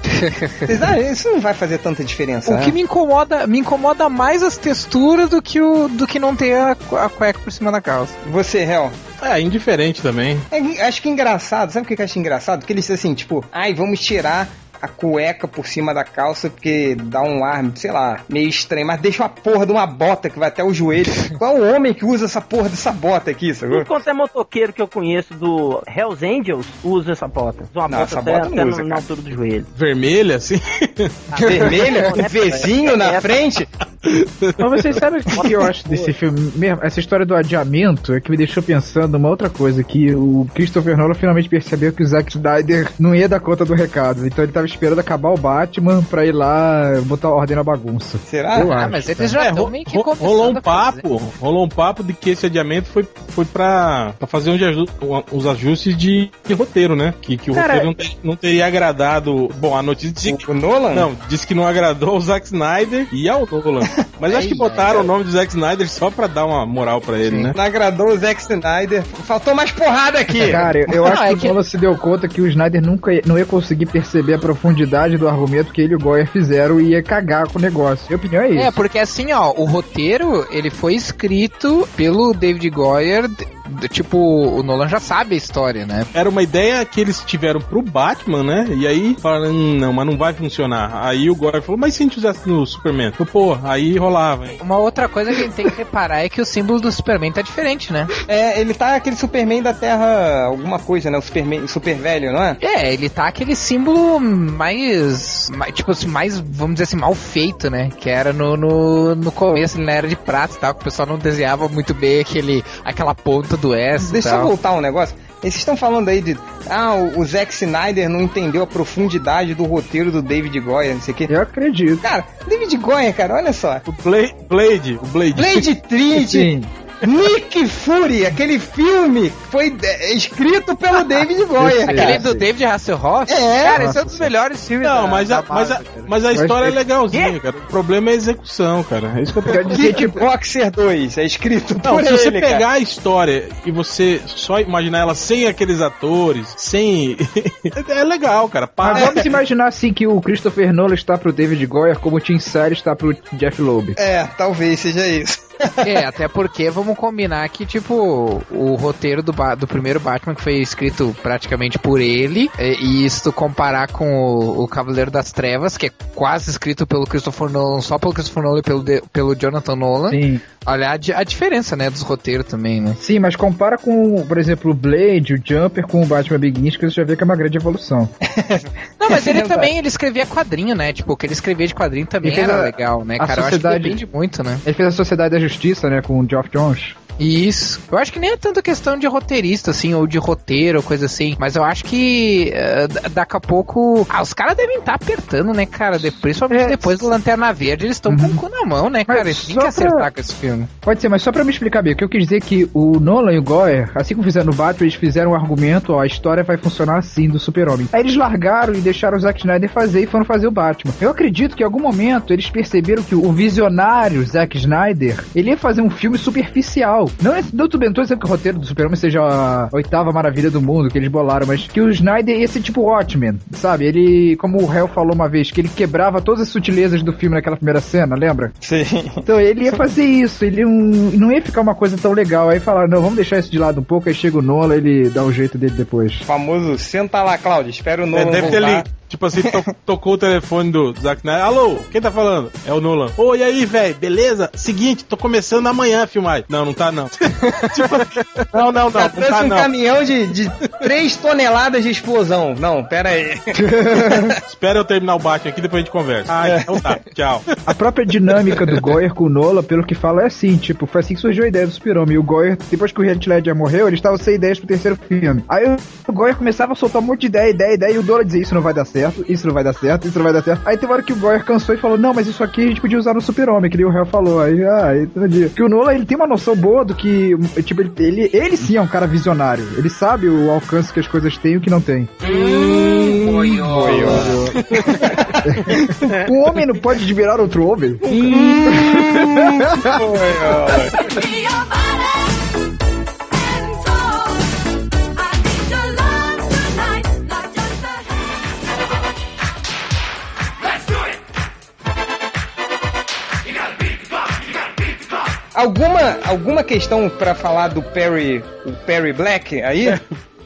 [SPEAKER 2] Vocês acham- isso não vai fazer tanta diferença,
[SPEAKER 3] O
[SPEAKER 1] É.
[SPEAKER 2] né?
[SPEAKER 3] que me incomoda, me incomoda mais as texturas do que o do que não ter a, cu- a cueca por cima da calça.
[SPEAKER 2] Você, réu.
[SPEAKER 1] É, indiferente também.
[SPEAKER 2] É, acho que engraçado, sabe o que eu acho engraçado? Que eles assim, tipo, ai, vamos tirar a cueca por cima da calça porque dá um ar, sei lá, meio estranho, mas deixa uma porra de uma bota que vai até o joelho. Qual é o homem que usa essa porra dessa bota aqui, sacou?
[SPEAKER 5] Tudo quanto é motoqueiro que eu conheço do Hells Angels usa essa bota. Usa uma
[SPEAKER 2] Não,
[SPEAKER 5] bota
[SPEAKER 2] essa
[SPEAKER 5] até,
[SPEAKER 2] bota
[SPEAKER 5] até
[SPEAKER 2] não usa,
[SPEAKER 5] na- na
[SPEAKER 2] cara.
[SPEAKER 5] altura do joelho.
[SPEAKER 1] Vermelha, assim.
[SPEAKER 2] Vermelha, com
[SPEAKER 5] Não,
[SPEAKER 2] um
[SPEAKER 5] né,
[SPEAKER 2] vizinho na
[SPEAKER 5] essa-
[SPEAKER 2] frente.
[SPEAKER 6] Mas vocês sabem o que eu acho desse filme mesmo? Essa história do adiamento é que me deixou pensando uma outra coisa, que o Christopher Nolan finalmente percebeu que o Zack Snyder não ia dar conta do recado. Então ele tava esperando acabar o Batman pra ir lá botar ordem na bagunça.
[SPEAKER 2] Será?
[SPEAKER 6] Eu
[SPEAKER 3] Ah,
[SPEAKER 6] acho.
[SPEAKER 3] mas eles já
[SPEAKER 1] É,
[SPEAKER 3] estão
[SPEAKER 1] ro-
[SPEAKER 3] meio que
[SPEAKER 1] ro-
[SPEAKER 3] começando
[SPEAKER 1] rolou um
[SPEAKER 3] a né? fazer.
[SPEAKER 1] papo, rolou um papo de que esse adiamento foi, foi pra, pra fazer uns aju- os ajustes de, de roteiro, né? Que, que o
[SPEAKER 6] Cara,
[SPEAKER 1] roteiro não, ter- não teria agradado. Bom, a notícia disse que.
[SPEAKER 2] O Nolan?
[SPEAKER 1] Não, disse que não agradou ao Zack Snyder e ao Nolan. Mas acho que
[SPEAKER 3] Ai,
[SPEAKER 1] botaram o nome do Zack Snyder só pra dar uma moral pra ele, né?
[SPEAKER 2] Não agradou o Zack Snyder. Faltou mais porrada aqui.
[SPEAKER 6] Cara, eu, eu
[SPEAKER 3] Não,
[SPEAKER 6] acho
[SPEAKER 3] é
[SPEAKER 6] que,
[SPEAKER 3] que-
[SPEAKER 6] o Nolan se deu conta que o Snyder nunca ia, não ia conseguir perceber a profundidade do argumento que ele e o Goyer fizeram e ia cagar com o negócio. Minha opinião é isso.
[SPEAKER 3] É, porque assim, ó, o roteiro, ele foi escrito pelo David Goyer, d- d- tipo, o Nolan já sabe a história, né?
[SPEAKER 1] Era uma ideia que eles tiveram pro Batman, né? E aí falaram, "Hum, não, mas não vai funcionar. Aí o Gore falou, mas se a gente usasse no Superman? Eu, Pô, aí rolava. hein?
[SPEAKER 3] Uma outra coisa que a gente tem que reparar é que o símbolo do Superman tá diferente, né?
[SPEAKER 2] É, ele tá aquele Superman da Terra, alguma coisa, né? O Superman, super velho, não é?
[SPEAKER 3] É, ele tá aquele símbolo mais, mais- tipo assim, mais, vamos dizer assim, mal feito, né? Que era no, no, no começo, na Era de Prata e tal, que o pessoal não desenhava muito bem aquele, aquela ponta do S
[SPEAKER 2] Deixa
[SPEAKER 3] e
[SPEAKER 2] eu
[SPEAKER 3] tal.
[SPEAKER 2] voltar um negócio. Vocês estão falando aí de. Ah, o, o Zack Snyder não entendeu a profundidade do roteiro do David Goya, não sei o quê.
[SPEAKER 6] Eu acredito.
[SPEAKER 2] Cara, David Goya, cara, olha só.
[SPEAKER 1] O Blade, Blade, o Blade.
[SPEAKER 2] Blade Trinity,
[SPEAKER 6] Sim.
[SPEAKER 2] Nick Fury, aquele filme foi é, escrito pelo David Goya.
[SPEAKER 3] Aquele
[SPEAKER 2] cara.
[SPEAKER 3] do David Hasselhoff?
[SPEAKER 2] É.
[SPEAKER 3] cara, esse é um dos melhores filmes
[SPEAKER 1] Não,
[SPEAKER 3] da-
[SPEAKER 1] mas
[SPEAKER 3] da
[SPEAKER 1] a, mas, a,
[SPEAKER 3] Marvel, cara.
[SPEAKER 1] mas a história é
[SPEAKER 6] Mas-
[SPEAKER 1] legalzinha, cara. O problema é a execução, cara. É isso que eu tô
[SPEAKER 6] Quer
[SPEAKER 1] falando.
[SPEAKER 6] dizer, tipo,
[SPEAKER 2] Kickboxer 2, é escrito
[SPEAKER 1] Não,
[SPEAKER 2] por
[SPEAKER 1] se
[SPEAKER 2] ele,
[SPEAKER 1] você
[SPEAKER 2] cara.
[SPEAKER 1] pegar a história e você só imaginar ela sem aqueles atores, sem. é legal, cara.
[SPEAKER 6] Mas
[SPEAKER 1] Para.
[SPEAKER 6] vamos imaginar assim que o Christopher Nolan está pro David Goyer como o Tim Sale está pro Jeff Loeb.
[SPEAKER 2] É, talvez seja isso.
[SPEAKER 3] É, até porque vamos combinar que, tipo, o roteiro do, Ba- do primeiro Batman que foi escrito praticamente por ele, é, e isso tu comparar com o, o Cavaleiro das Trevas, que é quase escrito pelo Christopher Nolan, só pelo Christopher Nolan e pelo, de- pelo Jonathan Nolan,
[SPEAKER 6] Sim.
[SPEAKER 3] olha a, di- a diferença, né, dos roteiros também, né?
[SPEAKER 6] Sim, mas compara com, por exemplo, o Blade, o Jumper com o Batman Begins, que você já vê que é uma grande evolução.
[SPEAKER 3] Não, mas ele
[SPEAKER 2] É verdade.
[SPEAKER 3] também, ele escrevia quadrinho, né? Tipo, o que ele escrevia de quadrinho também
[SPEAKER 6] Ele fez
[SPEAKER 3] era
[SPEAKER 6] a-
[SPEAKER 3] legal, né,
[SPEAKER 6] a
[SPEAKER 3] cara? Eu acho que
[SPEAKER 6] sociedade-
[SPEAKER 3] depende muito, né?
[SPEAKER 6] Ele fez a Sociedade da Justiça, né, com o Geoff Jones.
[SPEAKER 3] Isso. Eu acho que nem é tanto questão de roteirista, assim, ou de roteiro, ou coisa assim. Mas eu acho que eh, da- daqui a pouco. Ah, os caras devem estar apertando, né, cara? De- principalmente
[SPEAKER 6] É. Uhum.
[SPEAKER 3] depois do Lanterna Verde, eles estão com o cu na mão, né, cara? Eles têm
[SPEAKER 6] só
[SPEAKER 3] que
[SPEAKER 6] pra-
[SPEAKER 3] acertar com esse filme.
[SPEAKER 6] Pode ser, mas só pra me explicar bem, o que eu quis dizer é que o Nolan e o Goyer, assim como fizeram no Batman, eles fizeram um argumento, ó, a história vai funcionar assim, do super-homem. Aí eles largaram e deixaram o Zack Snyder fazer e foram fazer o Batman. Eu acredito que em algum momento eles perceberam que o visionário Zack Snyder, ele ia fazer um filme superficial, legal. Não é não tudo bem, não tô dizendo que o roteiro do Super-Homem seja a oitava maravilha do mundo que eles bolaram, mas que o Snyder ia ser tipo Watchmen, sabe? Ele, como o Hell falou uma vez, que ele quebrava todas as sutilezas do filme naquela primeira cena, lembra?
[SPEAKER 2] Sim.
[SPEAKER 6] Então ele ia fazer isso, ele ia um, não ia ficar uma coisa tão legal. Aí falaram, não, vamos deixar isso de lado um pouco, aí chega o Nola, ele dá o jeito dele depois.
[SPEAKER 2] O famoso senta lá, Cláudio, espera o
[SPEAKER 1] É,
[SPEAKER 2] Nolan
[SPEAKER 1] deve ter
[SPEAKER 2] voltar.
[SPEAKER 1] ali, tipo assim, to- tocou o telefone do Zack Snyder. Alô, quem tá falando? É o Nolan. Ô, e aí, velho, beleza? Seguinte, tô começando amanhã a filmar. Não, não tá não. tipo assim, não, não, não, não
[SPEAKER 2] Já trouxe
[SPEAKER 1] tá
[SPEAKER 2] um
[SPEAKER 1] não.
[SPEAKER 2] caminhão de, de 3 toneladas de explosão. Não, pera aí.
[SPEAKER 1] Espera eu terminar o Batman aqui, depois a gente conversa. Ah, então tá, tchau.
[SPEAKER 6] A própria dinâmica do Goyer com o Nola, pelo que fala, é assim, tipo, foi assim que surgiu a ideia do Super-Homem. E o Goyer, depois que o Heath Ledger morreu, eles estavam sem ideias pro terceiro filme. Aí o Goyer começava a soltar um monte de ideia, ideia, ideia, e o Nola dizia, isso não vai dar certo, isso não vai dar certo, isso não vai dar certo. Aí tem uma hora que o Goyer cansou e falou, não, mas isso aqui a gente podia usar no Super-Homem, que nem o Hell falou. Aí, ah, entendi. Que o Nola, ele tem uma noção boa do que, tipo, ele, ele, ele sim é um cara visionário. Ele sabe o alcance que as coisas têm e o que não tem. Um homem não pode admirar outro homem?
[SPEAKER 2] Alguma, alguma questão pra falar do Perry, o Perry Black aí?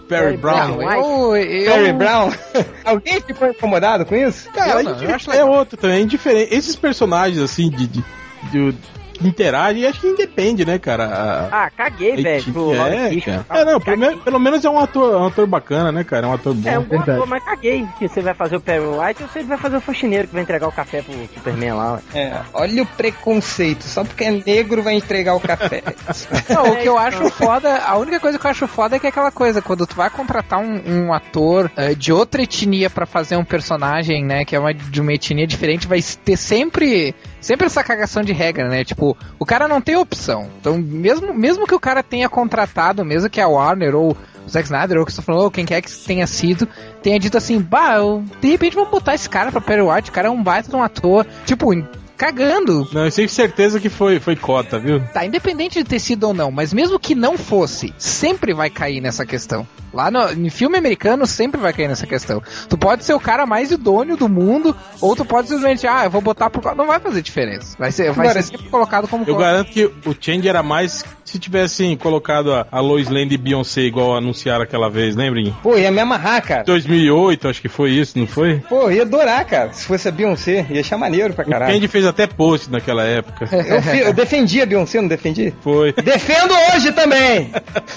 [SPEAKER 1] Perry Brown.
[SPEAKER 3] Eu, eu,
[SPEAKER 2] É, Perry Brown? Alguém ficou incomodado com isso?
[SPEAKER 1] Cara,
[SPEAKER 3] Eu não, eu acho
[SPEAKER 1] é outro também, é indiferente. Esses personagens, assim, de... de, de que interagem, acho que independe, né, cara? A-
[SPEAKER 5] Ah, caguei, velho. pro Laura
[SPEAKER 1] É,
[SPEAKER 5] Kirshner.
[SPEAKER 1] cara. é, não, pelo,
[SPEAKER 5] Caguei.
[SPEAKER 1] menos- pelo menos é um ator, um ator bacana, né, cara? É um ator bom.
[SPEAKER 5] É um bom
[SPEAKER 6] Verdade.
[SPEAKER 5] ator, mas caguei que você vai fazer o Perry White ou você vai fazer o faxineiro que vai entregar o café pro Superman lá. ué.
[SPEAKER 2] É, olha o preconceito. Só porque é negro vai entregar o café.
[SPEAKER 3] Não, o que eu acho foda, a única coisa que eu acho foda é que é aquela coisa, quando tu vai contratar um, um ator eh, de outra etnia pra fazer um personagem, né, que é uma, de uma etnia diferente, vai ter sempre sempre essa cagação de regra, né? Tipo, o cara não tem opção. Então, mesmo, mesmo que o cara tenha contratado, mesmo que a Warner ou o Zack Snyder ou o que você falou, ou quem quer que tenha sido, tenha dito assim, bah, eu, de repente vamos botar esse cara pra Perry White, o cara é um baita de um ator, tipo, cagando,
[SPEAKER 1] Não, eu tenho certeza que foi, foi cota, viu?
[SPEAKER 3] Tá, independente de ter sido ou não, mas mesmo que não fosse, sempre vai cair nessa questão. Lá no, em filme americano sempre vai cair nessa questão. Tu pode ser o cara mais idôneo do mundo, ou tu pode simplesmente, ah, eu vou botar por. causa- Não vai fazer diferença. Vai ser, vai
[SPEAKER 2] Agora,
[SPEAKER 3] ser sempre colocado como.
[SPEAKER 1] Eu garanto que o Change era mais se tivessem colocado a, a Lois Lane e Beyoncé igual anunciaram aquela vez, né, lembrem?
[SPEAKER 2] Pô, ia me amarrar, cara.
[SPEAKER 1] 2008, acho que foi isso, não foi?
[SPEAKER 2] Pô, ia adorar, cara. Se fosse a Beyoncé, ia achar maneiro pra
[SPEAKER 1] O
[SPEAKER 2] caralho. É.
[SPEAKER 1] Change fez até post naquela época.
[SPEAKER 2] Eu, fi- eu defendi a Beyoncé, não defendi?
[SPEAKER 1] Foi.
[SPEAKER 2] Defendo hoje também!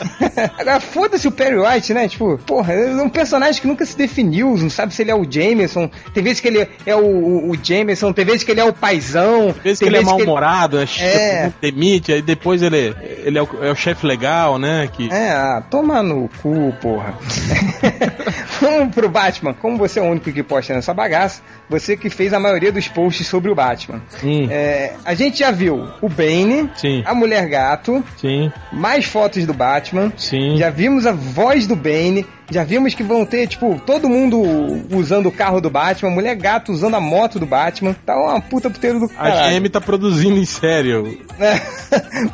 [SPEAKER 2] Agora, foda-se o Perry White, né? Tipo, porra, é um personagem que nunca se definiu, não sabe se ele é o Jameson, tem vezes que ele é o, o, o Jameson, tem vezes que ele é o paizão,
[SPEAKER 1] Fez que
[SPEAKER 2] tem
[SPEAKER 1] ele é
[SPEAKER 2] vezes que
[SPEAKER 1] mal-humorado, é, chefe,
[SPEAKER 2] É.
[SPEAKER 1] demite, aí depois ele, ele é o, é o chefe legal, né? Que...
[SPEAKER 2] É, ah, toma no cu, porra. Vamos pro Batman. Como você é o único que posta nessa bagaça, você que fez a maioria dos posts sobre o Batman.
[SPEAKER 1] Hum,
[SPEAKER 2] É, a gente já viu o Bane,
[SPEAKER 1] Sim.
[SPEAKER 2] a Mulher Gato,
[SPEAKER 1] Sim,
[SPEAKER 2] mais fotos do Batman.
[SPEAKER 1] sim.
[SPEAKER 2] Já vimos a voz do Bane, já vimos que vão ter, tipo, todo mundo usando o carro do Batman, mulher gato usando a moto do Batman. Tá uma puta puteiro do
[SPEAKER 1] A
[SPEAKER 2] caralho.
[SPEAKER 1] GM tá produzindo em sério.
[SPEAKER 2] né?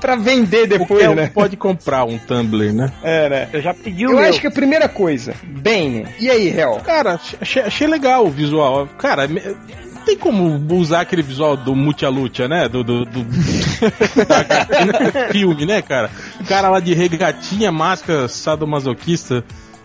[SPEAKER 2] pra vender depois,
[SPEAKER 1] Qualquer um
[SPEAKER 2] né?
[SPEAKER 1] pode comprar um Tumblr, né?
[SPEAKER 2] É, né?
[SPEAKER 5] Eu já pedi o
[SPEAKER 2] Eu
[SPEAKER 5] meu.
[SPEAKER 2] acho que a primeira coisa, Bane. E aí, Hel?
[SPEAKER 1] Cara, ach- achei, achei legal o visual. Cara, me- não tem como usar aquele visual do Mutialucha, né? Do, do, do- da HQ, filme, né, cara? O cara lá de regatinha, máscara sadomasoquista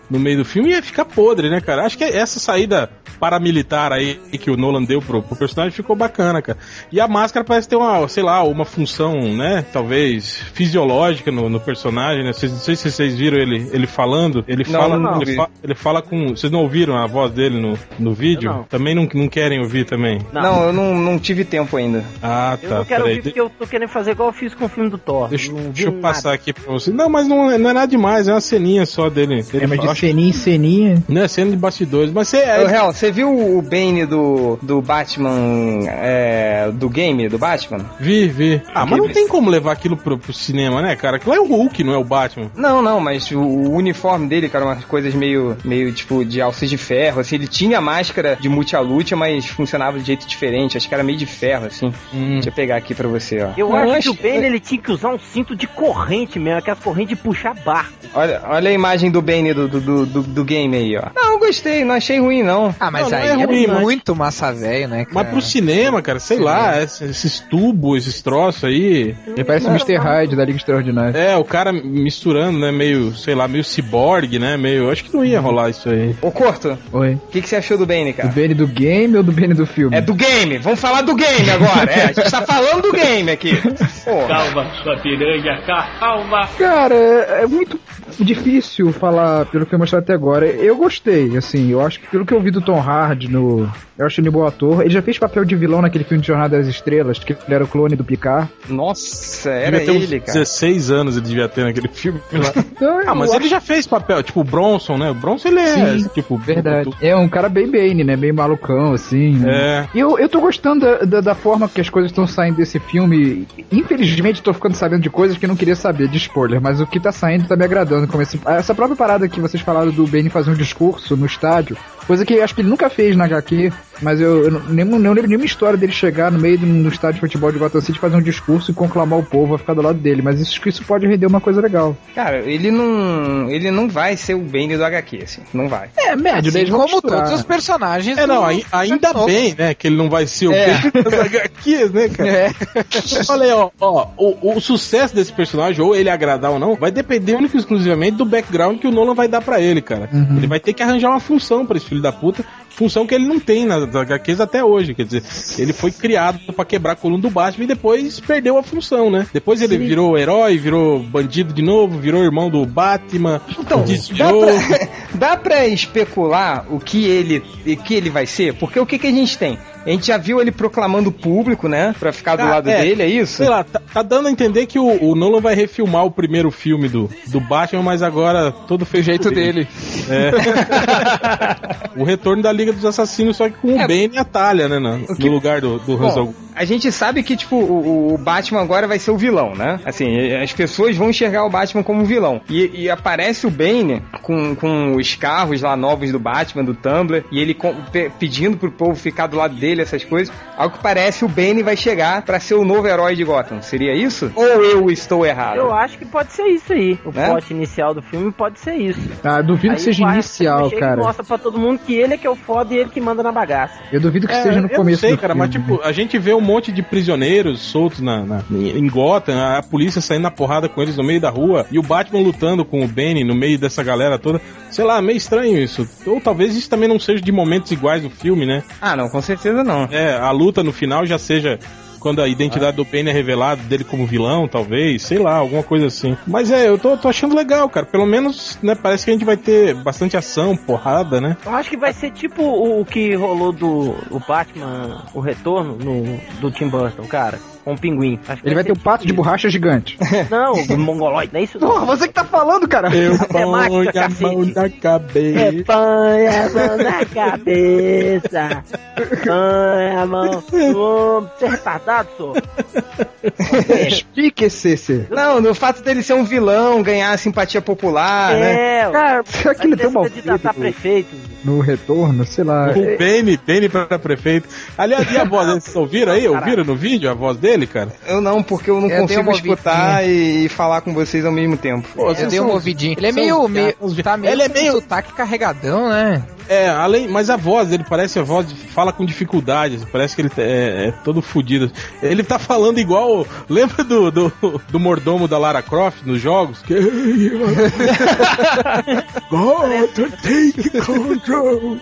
[SPEAKER 1] no meio do filme ia ficar podre, né, cara? Acho que essa saída paramilitar aí que o Nolan deu pro, pro personagem ficou bacana, cara. E a máscara parece ter uma, sei lá, uma função, né? Talvez fisiológica no, no personagem, né? Vocês- Não sei se vocês viram ele, ele falando. Ele
[SPEAKER 2] Não,
[SPEAKER 1] fala,
[SPEAKER 2] não
[SPEAKER 1] ele
[SPEAKER 2] vi.
[SPEAKER 1] fa- ele fala com. Vocês não ouviram a voz dele no, no vídeo?
[SPEAKER 5] Eu não.
[SPEAKER 1] Também não, não querem ouvir também.
[SPEAKER 5] Não.
[SPEAKER 2] Não, eu não, não tive tempo ainda.
[SPEAKER 1] Ah,
[SPEAKER 5] Eu
[SPEAKER 1] tá.
[SPEAKER 5] não quero
[SPEAKER 1] peraí.
[SPEAKER 5] ouvir porque eu tô querendo fazer igual eu fiz com o filme do Thor.
[SPEAKER 1] Deixa,
[SPEAKER 5] Não vi
[SPEAKER 1] deixa eu
[SPEAKER 5] nada.
[SPEAKER 1] passar aqui pra você. Não, mas não, é- não é nada demais, é uma ceninha só dele. Ele
[SPEAKER 6] É, mas
[SPEAKER 1] fala-
[SPEAKER 6] de ceninha em ceninha...
[SPEAKER 1] Não é cena de bastidores, mas você.
[SPEAKER 2] Ô,
[SPEAKER 1] É,
[SPEAKER 2] Hel, você Você viu o Bane do, do Batman, é, do game do Batman?
[SPEAKER 1] Vi, vi. Ah, mas não tem como levar aquilo pro, pro cinema, né, cara? Aquilo é o Hulk, não é o Batman.
[SPEAKER 2] Não, não, mas o, o uniforme dele, cara, umas coisas meio, meio tipo de alça de ferro, assim. Ele tinha a máscara de multialúcia, mas funcionava de jeito diferente. Acho que era meio de ferro, assim. Deixa eu pegar aqui pra você, ó.
[SPEAKER 5] Eu
[SPEAKER 2] Não, é-
[SPEAKER 5] acho que o Bane ele tinha que usar um cinto de corrente mesmo, aquelas correntes de puxar barco.
[SPEAKER 2] Olha, olha a imagem do Bane do, do, do, do- do game aí, ó. Não, eu gostei, não achei ruim, não.
[SPEAKER 3] Ah, mas
[SPEAKER 1] Não, não
[SPEAKER 3] aí
[SPEAKER 1] é
[SPEAKER 3] é,
[SPEAKER 1] ruim, mas-
[SPEAKER 3] muito massa velho, né, cara?
[SPEAKER 1] Mas pro cinema, cara, sei lá, esses, esses tubos, esses troços aí.
[SPEAKER 6] Ele parece um o Mr. Hyde da Liga Extraordinária.
[SPEAKER 1] É, o cara misturando, né? Meio, sei lá, meio ciborgue, né? Meio. Acho que não ia rolar isso aí.
[SPEAKER 2] Ô, Corto,
[SPEAKER 6] Oi.
[SPEAKER 2] o que, que você achou do Bane,
[SPEAKER 6] Do
[SPEAKER 2] cara?
[SPEAKER 6] Bane do game ou do Bane do filme?
[SPEAKER 2] É do game, vamos falar do game agora. É, a gente tá falando do game aqui. Porra.
[SPEAKER 8] Calma, sua piranha, tá? calma.
[SPEAKER 6] Cara, é é muito difícil falar pelo que foi mostrado até agora. Eu gostei, assim, eu acho que pelo que eu vi do Tom Hardy no. Eu acho ele um bom ator. Ele já fez papel de vilão naquele filme de Jornada das Estrelas, que ele era o clone do Picard.
[SPEAKER 2] Nossa, era
[SPEAKER 1] devia ter um uns
[SPEAKER 2] ele, cara.
[SPEAKER 1] 16 anos ele devia ter naquele filme lá.
[SPEAKER 6] Então, eu
[SPEAKER 1] Ah, mas
[SPEAKER 6] acho-
[SPEAKER 1] ele já fez papel, tipo o Bronson, né? O Bronson ele é,
[SPEAKER 6] Sim,
[SPEAKER 1] tipo.
[SPEAKER 6] Verdade. É um cara bem Bane, né? Bem malucão, assim. né?
[SPEAKER 1] É.
[SPEAKER 6] E Eu, eu tô gostando da, da, da forma que as coisas estão saindo desse filme. Infelizmente, tô ficando sabendo de coisas que eu não queria saber, de spoiler, mas o que tá saindo tá me agradando. Como esse- essa própria parada que vocês falaram do Bane fazer um discurso no estádio, coisa que eu acho que ele nunca fez na HQ, mas eu, eu não, nem, não lembro nenhuma história dele chegar no meio de um estádio de futebol de Gotham City, fazer um discurso e conclamar o povo a ficar do lado dele. Mas isso, isso pode render uma coisa legal.
[SPEAKER 2] Cara, ele não. Ele não vai ser o Bane do HQ, assim. Não vai.
[SPEAKER 6] É, médio,
[SPEAKER 3] Assim como todos os personagens.
[SPEAKER 1] É, não,
[SPEAKER 3] do-
[SPEAKER 1] ai- ainda
[SPEAKER 3] Novo.
[SPEAKER 1] bem, né, que ele não vai ser o
[SPEAKER 2] É.
[SPEAKER 1] Bane das HQs, né, cara?
[SPEAKER 3] É.
[SPEAKER 1] Olha aí, ó, ó, o, o sucesso desse personagem, ou ele agradar ou não, vai depender único e exclusivamente do background que o Nolan vai dar pra ele, cara.
[SPEAKER 2] Uhum.
[SPEAKER 1] Ele vai ter que arranjar uma função pra esse filho da puta, função que ele não tem nas HQs até hoje, quer dizer, ele foi criado pra quebrar a coluna do Batman e depois perdeu a função, né? Depois ele virou herói, virou bandido de novo, virou irmão do Batman, então,
[SPEAKER 2] Dá
[SPEAKER 1] desviou...
[SPEAKER 2] pra, dá pra especular o que ele o que ele vai ser? Porque o que, que a gente tem? A gente já viu ele proclamando o público, né? Pra ficar do
[SPEAKER 1] Ah,
[SPEAKER 2] lado
[SPEAKER 1] é.
[SPEAKER 2] dele, é isso?
[SPEAKER 1] Sei lá, tá, tá dando a entender que o, o Nolan vai refilmar o primeiro filme do, do Batman, mas agora todo feito
[SPEAKER 3] Jeito dele.
[SPEAKER 1] O retorno da Liga dos Assassinos, só que com o
[SPEAKER 2] É.
[SPEAKER 1] Bane e a Talha, né? na- No,
[SPEAKER 2] que-
[SPEAKER 1] lugar do, do
[SPEAKER 2] Bom,
[SPEAKER 1] Hansel.
[SPEAKER 2] a gente sabe que, tipo, o, o Batman agora vai ser o vilão, né? Assim, as pessoas vão enxergar o Batman como um vilão. E, e aparece o Bane com, com os carros lá novos do Batman, do Tumblr, e ele com- pe- pedindo pro povo ficar do lado dele, essas coisas. Ao que parece, o Bane vai chegar pra ser o novo herói de Gotham. Seria isso? Ou eu estou errado?
[SPEAKER 5] Eu acho que pode ser isso aí. O
[SPEAKER 2] Né?
[SPEAKER 5] plot inicial do filme pode ser isso.
[SPEAKER 6] Ah, duvido
[SPEAKER 5] Aí
[SPEAKER 6] que seja
[SPEAKER 5] o Batman
[SPEAKER 6] inicial,
[SPEAKER 5] chega e
[SPEAKER 6] cara.
[SPEAKER 5] Mostra pra todo mundo que ele é que é o foda e ele que manda na bagaça.
[SPEAKER 6] Eu duvido que
[SPEAKER 1] É,
[SPEAKER 6] seja no
[SPEAKER 1] eu não
[SPEAKER 6] começo
[SPEAKER 1] sei,
[SPEAKER 6] do
[SPEAKER 1] cara,
[SPEAKER 6] filme. né?
[SPEAKER 1] mas tipo, a gente vê um monte de prisioneiros soltos na, na- em Gotham, a polícia saindo na porrada com eles no meio da rua, e o Batman lutando com o Bane no meio dessa galera toda. Sei lá, meio estranho isso. Ou talvez isso também não seja de momentos iguais do filme, né?
[SPEAKER 2] Ah, não, com certeza não.
[SPEAKER 1] É, a luta no final já seja quando a identidade do Bane é revelada, dele como vilão, talvez, sei lá, alguma coisa assim. Mas é, eu tô, tô achando legal, cara. Pelo menos, né, parece que a gente vai ter bastante ação, porrada, né?
[SPEAKER 5] Eu acho que vai ser tipo o, o que rolou do o Batman, o retorno no, do Tim Burton, cara. Com o pinguim. Acho que
[SPEAKER 6] Ele vai ter
[SPEAKER 5] ser
[SPEAKER 6] um pato de
[SPEAKER 5] tipo
[SPEAKER 6] borracha gigante.
[SPEAKER 5] isso. Não, o mongoloide, não é isso? Não.
[SPEAKER 6] você que tá falando, cara!
[SPEAKER 1] Eu
[SPEAKER 5] temática,
[SPEAKER 1] ponho a
[SPEAKER 5] cacete.
[SPEAKER 1] mão na cabeça.
[SPEAKER 5] É, põe a mão na cabeça. Põe a mão no ombro. Você é retardado, senhor?
[SPEAKER 6] Explique, CC.
[SPEAKER 2] Não, no fato dele ser um vilão, ganhar a simpatia popular, né?
[SPEAKER 5] é, ó.
[SPEAKER 6] Cara, será que ele é tão mal
[SPEAKER 5] Vai ter essa de datar
[SPEAKER 6] feito
[SPEAKER 5] prefeito.
[SPEAKER 6] no retorno? Sei lá.
[SPEAKER 1] O Bane, Bane pra prefeito. Aliás, e a voz? dele? Vocês ouviram aí? Ouviram no vídeo a voz dele, cara?
[SPEAKER 2] Eu não, porque É, eu não
[SPEAKER 3] Eu dei
[SPEAKER 2] consigo
[SPEAKER 3] uma
[SPEAKER 2] escutar e, e falar com vocês ao mesmo tempo.
[SPEAKER 3] eu dei um ouvidinho. Ele é
[SPEAKER 1] são
[SPEAKER 3] meio.
[SPEAKER 1] os gatos,
[SPEAKER 3] meio tá meio
[SPEAKER 1] ele é
[SPEAKER 3] com
[SPEAKER 1] meio-
[SPEAKER 3] sotaque carregadão, né?
[SPEAKER 1] É, além, mas a voz dele parece a voz de, fala com dificuldade, assim, parece que ele é, é todo fodido. Ele tá falando igual, lembra do, do, do mordomo da Lara Croft nos jogos? Que... God, take control.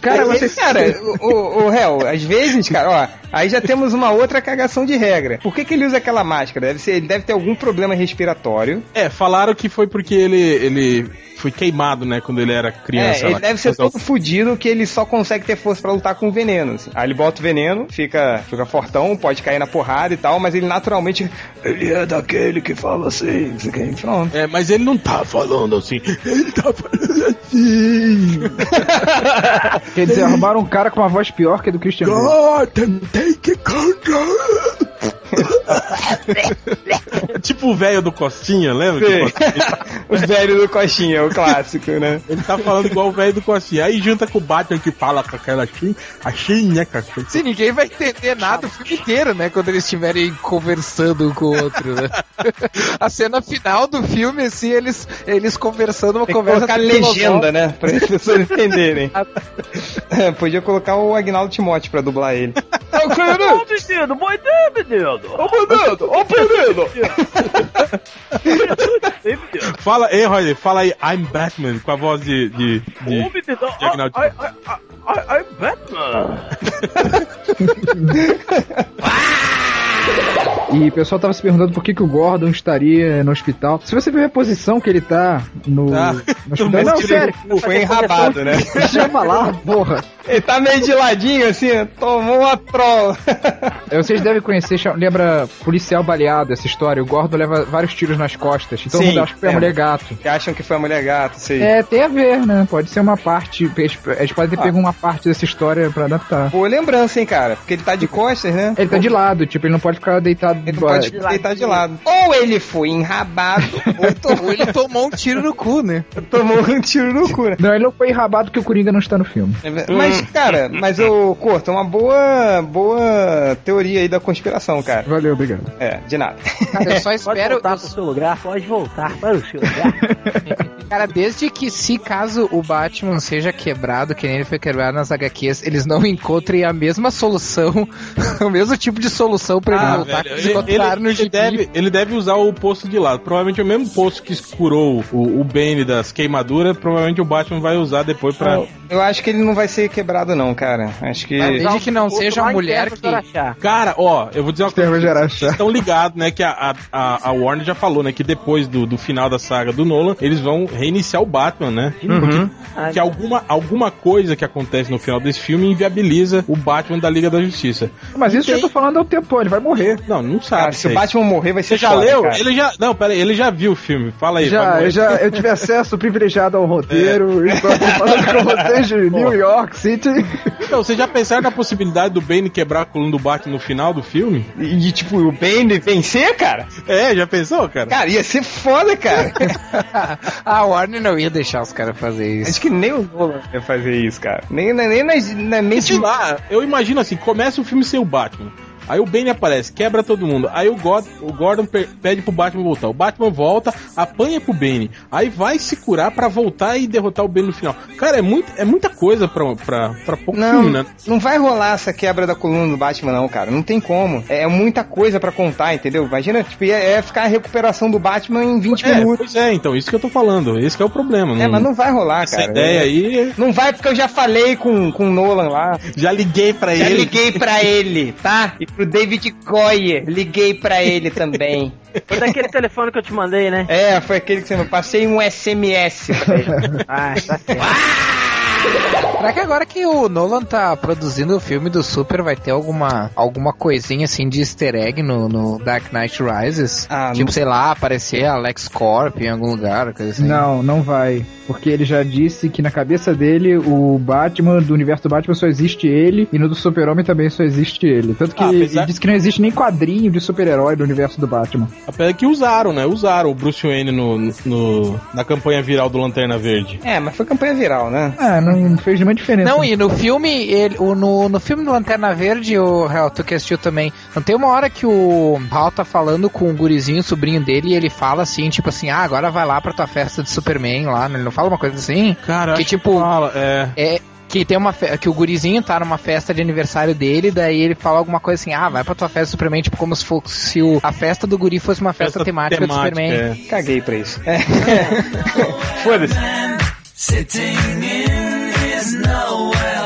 [SPEAKER 2] Cara, você. Cara, o, o réu, às vezes, cara, ó, aí já temos uma outra cagação de regra. Por que, que ele usa aquela máscara? Deve ser, ele deve ter algum problema respiratório.
[SPEAKER 1] É, falaram que foi porque ele, ele foi queimado, né, quando ele era criança.
[SPEAKER 2] É, ele
[SPEAKER 1] lá.
[SPEAKER 2] deve ser todo fudido que ele só consegue ter força pra lutar com o veneno. assim. Aí ele bota o veneno, fica, fica fortão, pode cair na porrada e tal, mas ele naturalmente. Ele é daquele que fala assim, não sei o quê. pronto.
[SPEAKER 1] É, mas ele não tá falando assim. Ele tá falando assim.
[SPEAKER 6] Quer dizer, arrumaram um cara com uma voz pior que a do Christian Bale.
[SPEAKER 1] Gotham, take control. É tipo o velho do Costinha, lembra? Tipo, que o Costinha-
[SPEAKER 2] Os velhos do coxinha, o clássico, né?
[SPEAKER 1] Ele tá falando igual o velho do Costinha. Aí junta com o Batman que fala com aquela Shin, a Shin, né, cara?
[SPEAKER 3] Se ninguém vai entender nada o filme inteiro, né? Quando eles estiverem conversando um com o outro, né? A cena final do filme, assim, eles, eles conversando, uma
[SPEAKER 2] Tem que
[SPEAKER 3] conversa. assim,
[SPEAKER 2] colocar legenda, né? Pra as pessoas entenderem. É, podia colocar o Agnaldo Timóteo pra dublar ele. Ô,
[SPEAKER 5] Ô, menino, boa ideia, menino.
[SPEAKER 2] Fernando! Ô, Fernando!
[SPEAKER 5] Ei, menino.
[SPEAKER 1] Fala, ei, Roger, fala aí, I'm Batman, com a voz de. de, de-
[SPEAKER 5] Ô, menino.
[SPEAKER 1] de Agnaldo
[SPEAKER 5] Ai, ai, ai, ai, ai, Batman.
[SPEAKER 6] E o pessoal tava se perguntando por que, que o Gordon estaria no hospital. Se você ver a posição que ele tá no,
[SPEAKER 1] Ah,
[SPEAKER 6] no hospital. Não, sério,
[SPEAKER 2] Foi enrabado, né?
[SPEAKER 6] chama lá, porra.
[SPEAKER 2] Ele tá meio de ladinho assim, tomou uma trola.
[SPEAKER 6] É, Vocês devem conhecer, chama- lembra policial baleado essa história? O Gordon leva vários tiros nas costas. Então
[SPEAKER 2] Sim,
[SPEAKER 6] mundo acha que foi a
[SPEAKER 2] é.
[SPEAKER 6] mulher gato.
[SPEAKER 2] Que acham que foi a mulher gata, sei.
[SPEAKER 6] É, tem a ver, né? Pode ser uma parte. Eles, eles podem
[SPEAKER 2] Ah.
[SPEAKER 6] ter pego uma parte dessa história pra adaptar.
[SPEAKER 2] Boa lembrança, hein, cara? Porque ele tá de costas, né?
[SPEAKER 6] Ele tá de lado, tipo, ele não pode ficar deitado.
[SPEAKER 2] Ele não
[SPEAKER 6] ba-
[SPEAKER 2] pode deitar de lado. Ou ele foi enrabado, ou
[SPEAKER 3] Ou ele tomou um tiro no cu, né?
[SPEAKER 2] tomou um tiro no cu, né?
[SPEAKER 6] Não, ele não foi enrabado porque o Coringa não está no filme.
[SPEAKER 2] Mas, cara, mas eu corto é uma boa, boa teoria aí da conspiração, cara.
[SPEAKER 6] Valeu, obrigado.
[SPEAKER 2] É, de nada.
[SPEAKER 3] Cara, eu só
[SPEAKER 5] Pode
[SPEAKER 3] espero.
[SPEAKER 5] voltar pro seu lugar, pode voltar para o seu lugar.
[SPEAKER 3] Cara, desde que se caso o Batman seja quebrado, que nem ele foi quebrado nas HQs, eles não encontrem a mesma solução, o mesmo tipo de solução pra ele
[SPEAKER 1] Ah,
[SPEAKER 3] voltar
[SPEAKER 1] velho,
[SPEAKER 3] que eles
[SPEAKER 1] ele,
[SPEAKER 3] encontraram no
[SPEAKER 1] ele
[SPEAKER 3] gibi.
[SPEAKER 1] deve, ele deve usar o poço de lado. Provavelmente é o mesmo poço que curou o, o Bane das queimaduras, provavelmente o Batman vai usar depois pra.
[SPEAKER 2] Eu acho que ele não vai ser quebrado, não, cara. Acho que.
[SPEAKER 3] Desde que não seja
[SPEAKER 5] um Lá
[SPEAKER 3] a
[SPEAKER 5] em
[SPEAKER 3] mulher
[SPEAKER 5] Terra,
[SPEAKER 3] que.
[SPEAKER 5] para achar.
[SPEAKER 1] Cara, ó, eu vou dizer uma coisa.
[SPEAKER 6] Termo geral,
[SPEAKER 1] Vocês estão ligados, né? Que a- a, a, a Warner já falou, né? Que depois do, do final da saga do Nolan, eles vão reiniciar o Batman, né?
[SPEAKER 5] Ah,
[SPEAKER 1] Que alguma, alguma coisa que acontece no final desse filme inviabiliza o Batman da Liga da Justiça.
[SPEAKER 6] Mas isso eu tô falando há um tempo, ele vai morrer.
[SPEAKER 1] Não, não sabe.
[SPEAKER 2] Cara, se
[SPEAKER 1] isso
[SPEAKER 2] o
[SPEAKER 1] aí.
[SPEAKER 2] Batman morrer, vai ser
[SPEAKER 1] Você já
[SPEAKER 2] foda,
[SPEAKER 1] leu?
[SPEAKER 2] cara.
[SPEAKER 1] Ele já. Não, pera aí, ele já viu o filme. Fala aí, vai
[SPEAKER 6] Já,
[SPEAKER 1] morrer. É.
[SPEAKER 6] eu já eu tive acesso privilegiado ao roteiro, estou aqui falando com vocês de New York City.
[SPEAKER 1] Então, vocês já pensaram na possibilidade do Bane quebrar a coluna do Batman no final do filme?
[SPEAKER 2] E, tipo, o Bane vencer, cara?
[SPEAKER 1] É, já pensou, cara?
[SPEAKER 2] Cara, ia ser foda, cara.
[SPEAKER 3] a Ah, Warner não ia deixar os caras fazer isso.
[SPEAKER 2] Acho que nem o Nolan ia fazer isso, cara. Nem, nem, nem, nas- na- nem
[SPEAKER 1] Sei lá, eu imagino assim, começa o filme sem o Batman. Aí o Bane aparece, quebra todo mundo. Aí o, God, o Gordon pe- pede pro Batman voltar. O Batman volta, apanha pro Bane. Aí vai se curar pra voltar e derrotar o Bane no final. Cara, é, muito, é muita coisa pra, pra, pra pouco
[SPEAKER 2] Não,
[SPEAKER 1] filme, né?
[SPEAKER 2] não vai rolar essa quebra da coluna do Batman, não, cara. Não tem como. É muita coisa pra contar, entendeu? Imagina, tipo, ia, ia ficar a recuperação do Batman em 20
[SPEAKER 1] É,
[SPEAKER 2] minutos.
[SPEAKER 1] pois é, então, isso que eu tô falando. Esse que é o problema.
[SPEAKER 2] tipo É, mas não vai rolar,
[SPEAKER 1] Essa
[SPEAKER 2] cara. é.
[SPEAKER 1] ideia aí, é-
[SPEAKER 2] Não vai porque eu já falei com, com o Nolan lá.
[SPEAKER 1] já liguei pra
[SPEAKER 2] Já
[SPEAKER 1] ele.
[SPEAKER 2] liguei pra ele, tá? E pro David Goyer, liguei pra ele também.
[SPEAKER 5] Foi daquele telefone que eu te mandei, né?
[SPEAKER 2] É, foi aquele que você me passei um SMS. pra ele.
[SPEAKER 5] Ah, tá certo.
[SPEAKER 3] Será que agora que o Nolan tá produzindo o filme do Super vai ter alguma, alguma coisinha assim de easter egg no, no Dark Knight Rises?
[SPEAKER 2] Ah,
[SPEAKER 3] tipo,
[SPEAKER 2] não-
[SPEAKER 3] sei lá, aparecer a Lex Corp em algum lugar, coisa assim.
[SPEAKER 6] Não, não vai. Porque ele já disse que na cabeça dele, o Batman, do universo do Batman, só existe ele, e no do Super-Homem também só existe ele. Tanto que
[SPEAKER 1] Ah, apesar-
[SPEAKER 6] ele disse que não existe nem quadrinho de super-herói do universo do Batman.
[SPEAKER 1] Apesar que usaram, né? Usaram o Bruce Wayne no, no- na campanha viral do Lanterna Verde.
[SPEAKER 2] É, mas foi campanha viral, né?
[SPEAKER 6] Ah, não fez nenhuma diferença.
[SPEAKER 3] Não, e no filme, ele, o- no, no filme do Lanterna Verde, o Real, tu que assistiu também, não tem uma hora que o Hal tá falando com o gurizinho, o sobrinho dele, e ele fala assim, tipo assim, ah, agora vai lá pra tua festa de Superman lá, né? ele não fala uma coisa assim?
[SPEAKER 1] Cara,
[SPEAKER 3] Que
[SPEAKER 1] acho que
[SPEAKER 3] tipo,
[SPEAKER 1] fala, é.
[SPEAKER 3] é que tem uma fe- que o gurizinho tá numa festa de aniversário dele, daí ele fala alguma coisa assim: "Ah, vai pra tua festa do Superman", tipo como se fosse o- a festa do guri fosse uma festa, temática, do Superman.
[SPEAKER 1] é.
[SPEAKER 2] Caguei pra isso. É. Foda-se.
[SPEAKER 4] Sitting in his nowhere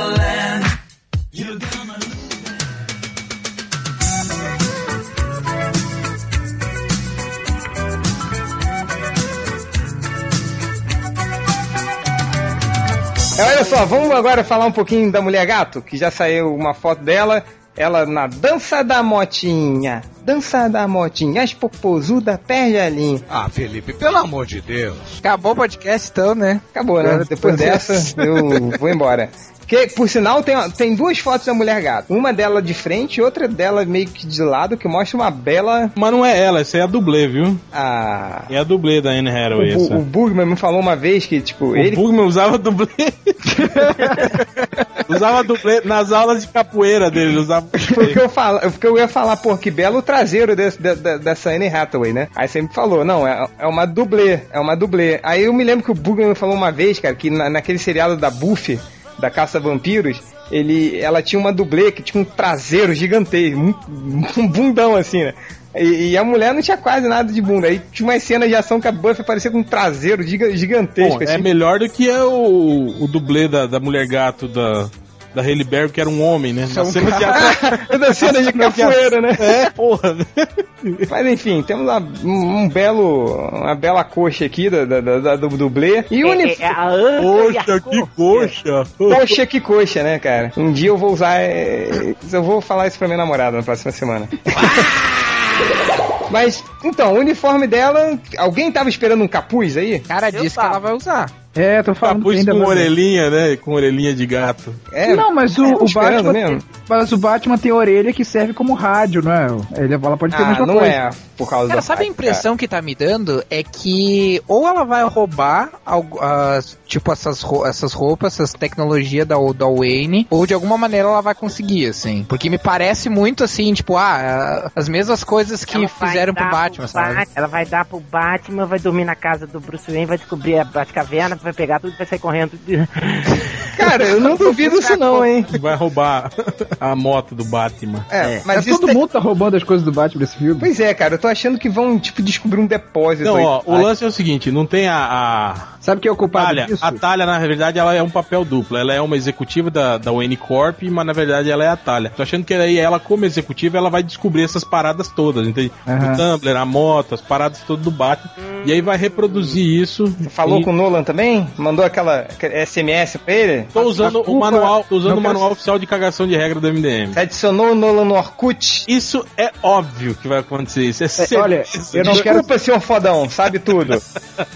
[SPEAKER 2] É, Olha só, vamos agora falar um pouquinho da Mulher Gato, que já saiu uma foto dela. Ela na dança da motinha. Dança da motinha. As popozuda perde a linha.
[SPEAKER 9] Ah, Felipe, pelo amor de Deus.
[SPEAKER 3] Acabou o podcast então, né?
[SPEAKER 2] Acabou, né?
[SPEAKER 3] Claro,
[SPEAKER 2] Depois
[SPEAKER 3] depois
[SPEAKER 2] dessa, eu vou embora. Que, por sinal, tem, tem duas fotos da mulher gato. Uma dela de frente e outra dela meio que de lado, que mostra uma bela.
[SPEAKER 1] Mas não é ela, essa é a dublê, viu?
[SPEAKER 2] Ah,
[SPEAKER 1] É a dublê da Anne
[SPEAKER 2] o,
[SPEAKER 1] Hathaway,
[SPEAKER 2] Bu- o
[SPEAKER 1] essa.
[SPEAKER 2] Bugman me falou uma vez que, tipo,
[SPEAKER 1] O
[SPEAKER 2] ele.
[SPEAKER 1] Bugman usava dublê. usava dublê nas aulas de capoeira dele, ele usava
[SPEAKER 2] Porque
[SPEAKER 1] dublê.
[SPEAKER 2] eu, falo, porque eu ia falar, pô, que belo traseiro desse, da- da- dessa Anne Hathaway, né? Aí você me falou, não, é, é uma dublê, é uma dublê. Aí eu me lembro que o Bugman me falou uma vez, cara, que na- naquele seriado da Buffy, da Caça a Vampiros, ele, ela tinha uma dublê que tinha um traseiro gigantesco, um, um bundão assim, né? E, e a mulher não tinha quase nada de bunda. Aí tinha umas cenas de ação que a Buffy aparecia com um traseiro giga- gigantesco,
[SPEAKER 1] Bom,
[SPEAKER 2] assim.
[SPEAKER 1] é melhor do que é o, o dublê da, da mulher gato da, da Haley Berry, que era um homem, né?
[SPEAKER 2] é
[SPEAKER 1] Na cena de ação.
[SPEAKER 2] da cena de capoeira, né?
[SPEAKER 1] É, porra.
[SPEAKER 2] Mas enfim, temos uma, um um belo, uma bela coxa aqui da, da, da- da- do dublê. E o
[SPEAKER 5] É, é
[SPEAKER 2] uniforme.
[SPEAKER 5] a Anta e a
[SPEAKER 1] Poxa, que
[SPEAKER 5] Cor.
[SPEAKER 2] Tá
[SPEAKER 1] coxa.
[SPEAKER 2] Coxa que coxa, né, cara? Um dia eu vou usar. é, Eu vou falar isso pra minha namorada na próxima semana. Mas, então, o uniforme dela. Alguém tava esperando um capuz aí?
[SPEAKER 3] Cara
[SPEAKER 5] Eu
[SPEAKER 3] disse que
[SPEAKER 5] tava.
[SPEAKER 3] ela vai usar.
[SPEAKER 6] É, tô falando
[SPEAKER 1] Capuz
[SPEAKER 6] ainda
[SPEAKER 1] com
[SPEAKER 6] mais-
[SPEAKER 1] orelhinha, né? Com orelhinha de gato.
[SPEAKER 2] É,
[SPEAKER 6] Não, mas o,
[SPEAKER 2] eu tô
[SPEAKER 6] o
[SPEAKER 2] esperando
[SPEAKER 6] Batman.
[SPEAKER 2] mesmo.
[SPEAKER 6] Tem, mas o Batman tem orelha que serve como rádio, não é? Ele, ela pode ter a
[SPEAKER 2] Ah,
[SPEAKER 6] mesma
[SPEAKER 2] não
[SPEAKER 6] coisa.
[SPEAKER 2] é por causa
[SPEAKER 3] Cara,
[SPEAKER 2] da-
[SPEAKER 3] sabe a impressão que tá me dando? É que ou ela vai roubar algo- as- tipo essas, ro- essas roupas, essas tecnologias da, da Wayne, ou de alguma maneira ela vai conseguir, assim. Porque me parece muito assim, tipo, ah, as mesmas coisas que
[SPEAKER 5] Ela vai
[SPEAKER 3] fizeram pro
[SPEAKER 5] dar
[SPEAKER 3] Batman, sabe?
[SPEAKER 5] Bat- Ela vai dar pro Batman, vai dormir na casa do Bruce Wayne, vai descobrir a Batcaverna, vai pegar tudo, vai sair correndo. tudo.
[SPEAKER 2] Cara, eu não duvido isso, não, hein?
[SPEAKER 1] Vai roubar a moto do Batman.
[SPEAKER 2] É,
[SPEAKER 6] Mas
[SPEAKER 2] mas isso.
[SPEAKER 6] todo
[SPEAKER 2] tem-
[SPEAKER 6] mundo tá roubando as coisas do Batman nesse filme.
[SPEAKER 2] Pois é, cara, eu tô achando que vão, tipo, descobrir um depósito.
[SPEAKER 1] Não,
[SPEAKER 2] aí.
[SPEAKER 1] ó, o lance é o seguinte, não tem a, a
[SPEAKER 6] Sabe quem é o culpado
[SPEAKER 1] Talha.
[SPEAKER 6] disso?
[SPEAKER 1] A Talha, na verdade, ela é um papel duplo. Ela é uma executiva da, da Wayne Corp, mas na verdade ela é a Talha. Tô achando que aí ela, como executiva, ela vai descobrir essas paradas todas, entende?
[SPEAKER 6] Aham.
[SPEAKER 1] O Tumblr, a moto, as paradas todas do Batman. E aí vai reproduzir isso.
[SPEAKER 2] Falou
[SPEAKER 1] e...
[SPEAKER 2] com o Nolan também? Mandou aquela aquele SMS pra ele?
[SPEAKER 1] Tô usando o
[SPEAKER 6] culpa-
[SPEAKER 1] manual, tô usando
[SPEAKER 6] Não
[SPEAKER 1] o
[SPEAKER 6] quero-
[SPEAKER 1] manual oficial de cagação de regra do MDM.
[SPEAKER 2] Você adicionou o Nolan no Orkut?
[SPEAKER 1] Isso é óbvio que vai acontecer. Isso é,
[SPEAKER 6] É, olha,
[SPEAKER 1] certeza.
[SPEAKER 6] eu não quero,
[SPEAKER 2] Desculpa, senhor fodão, sabe tudo.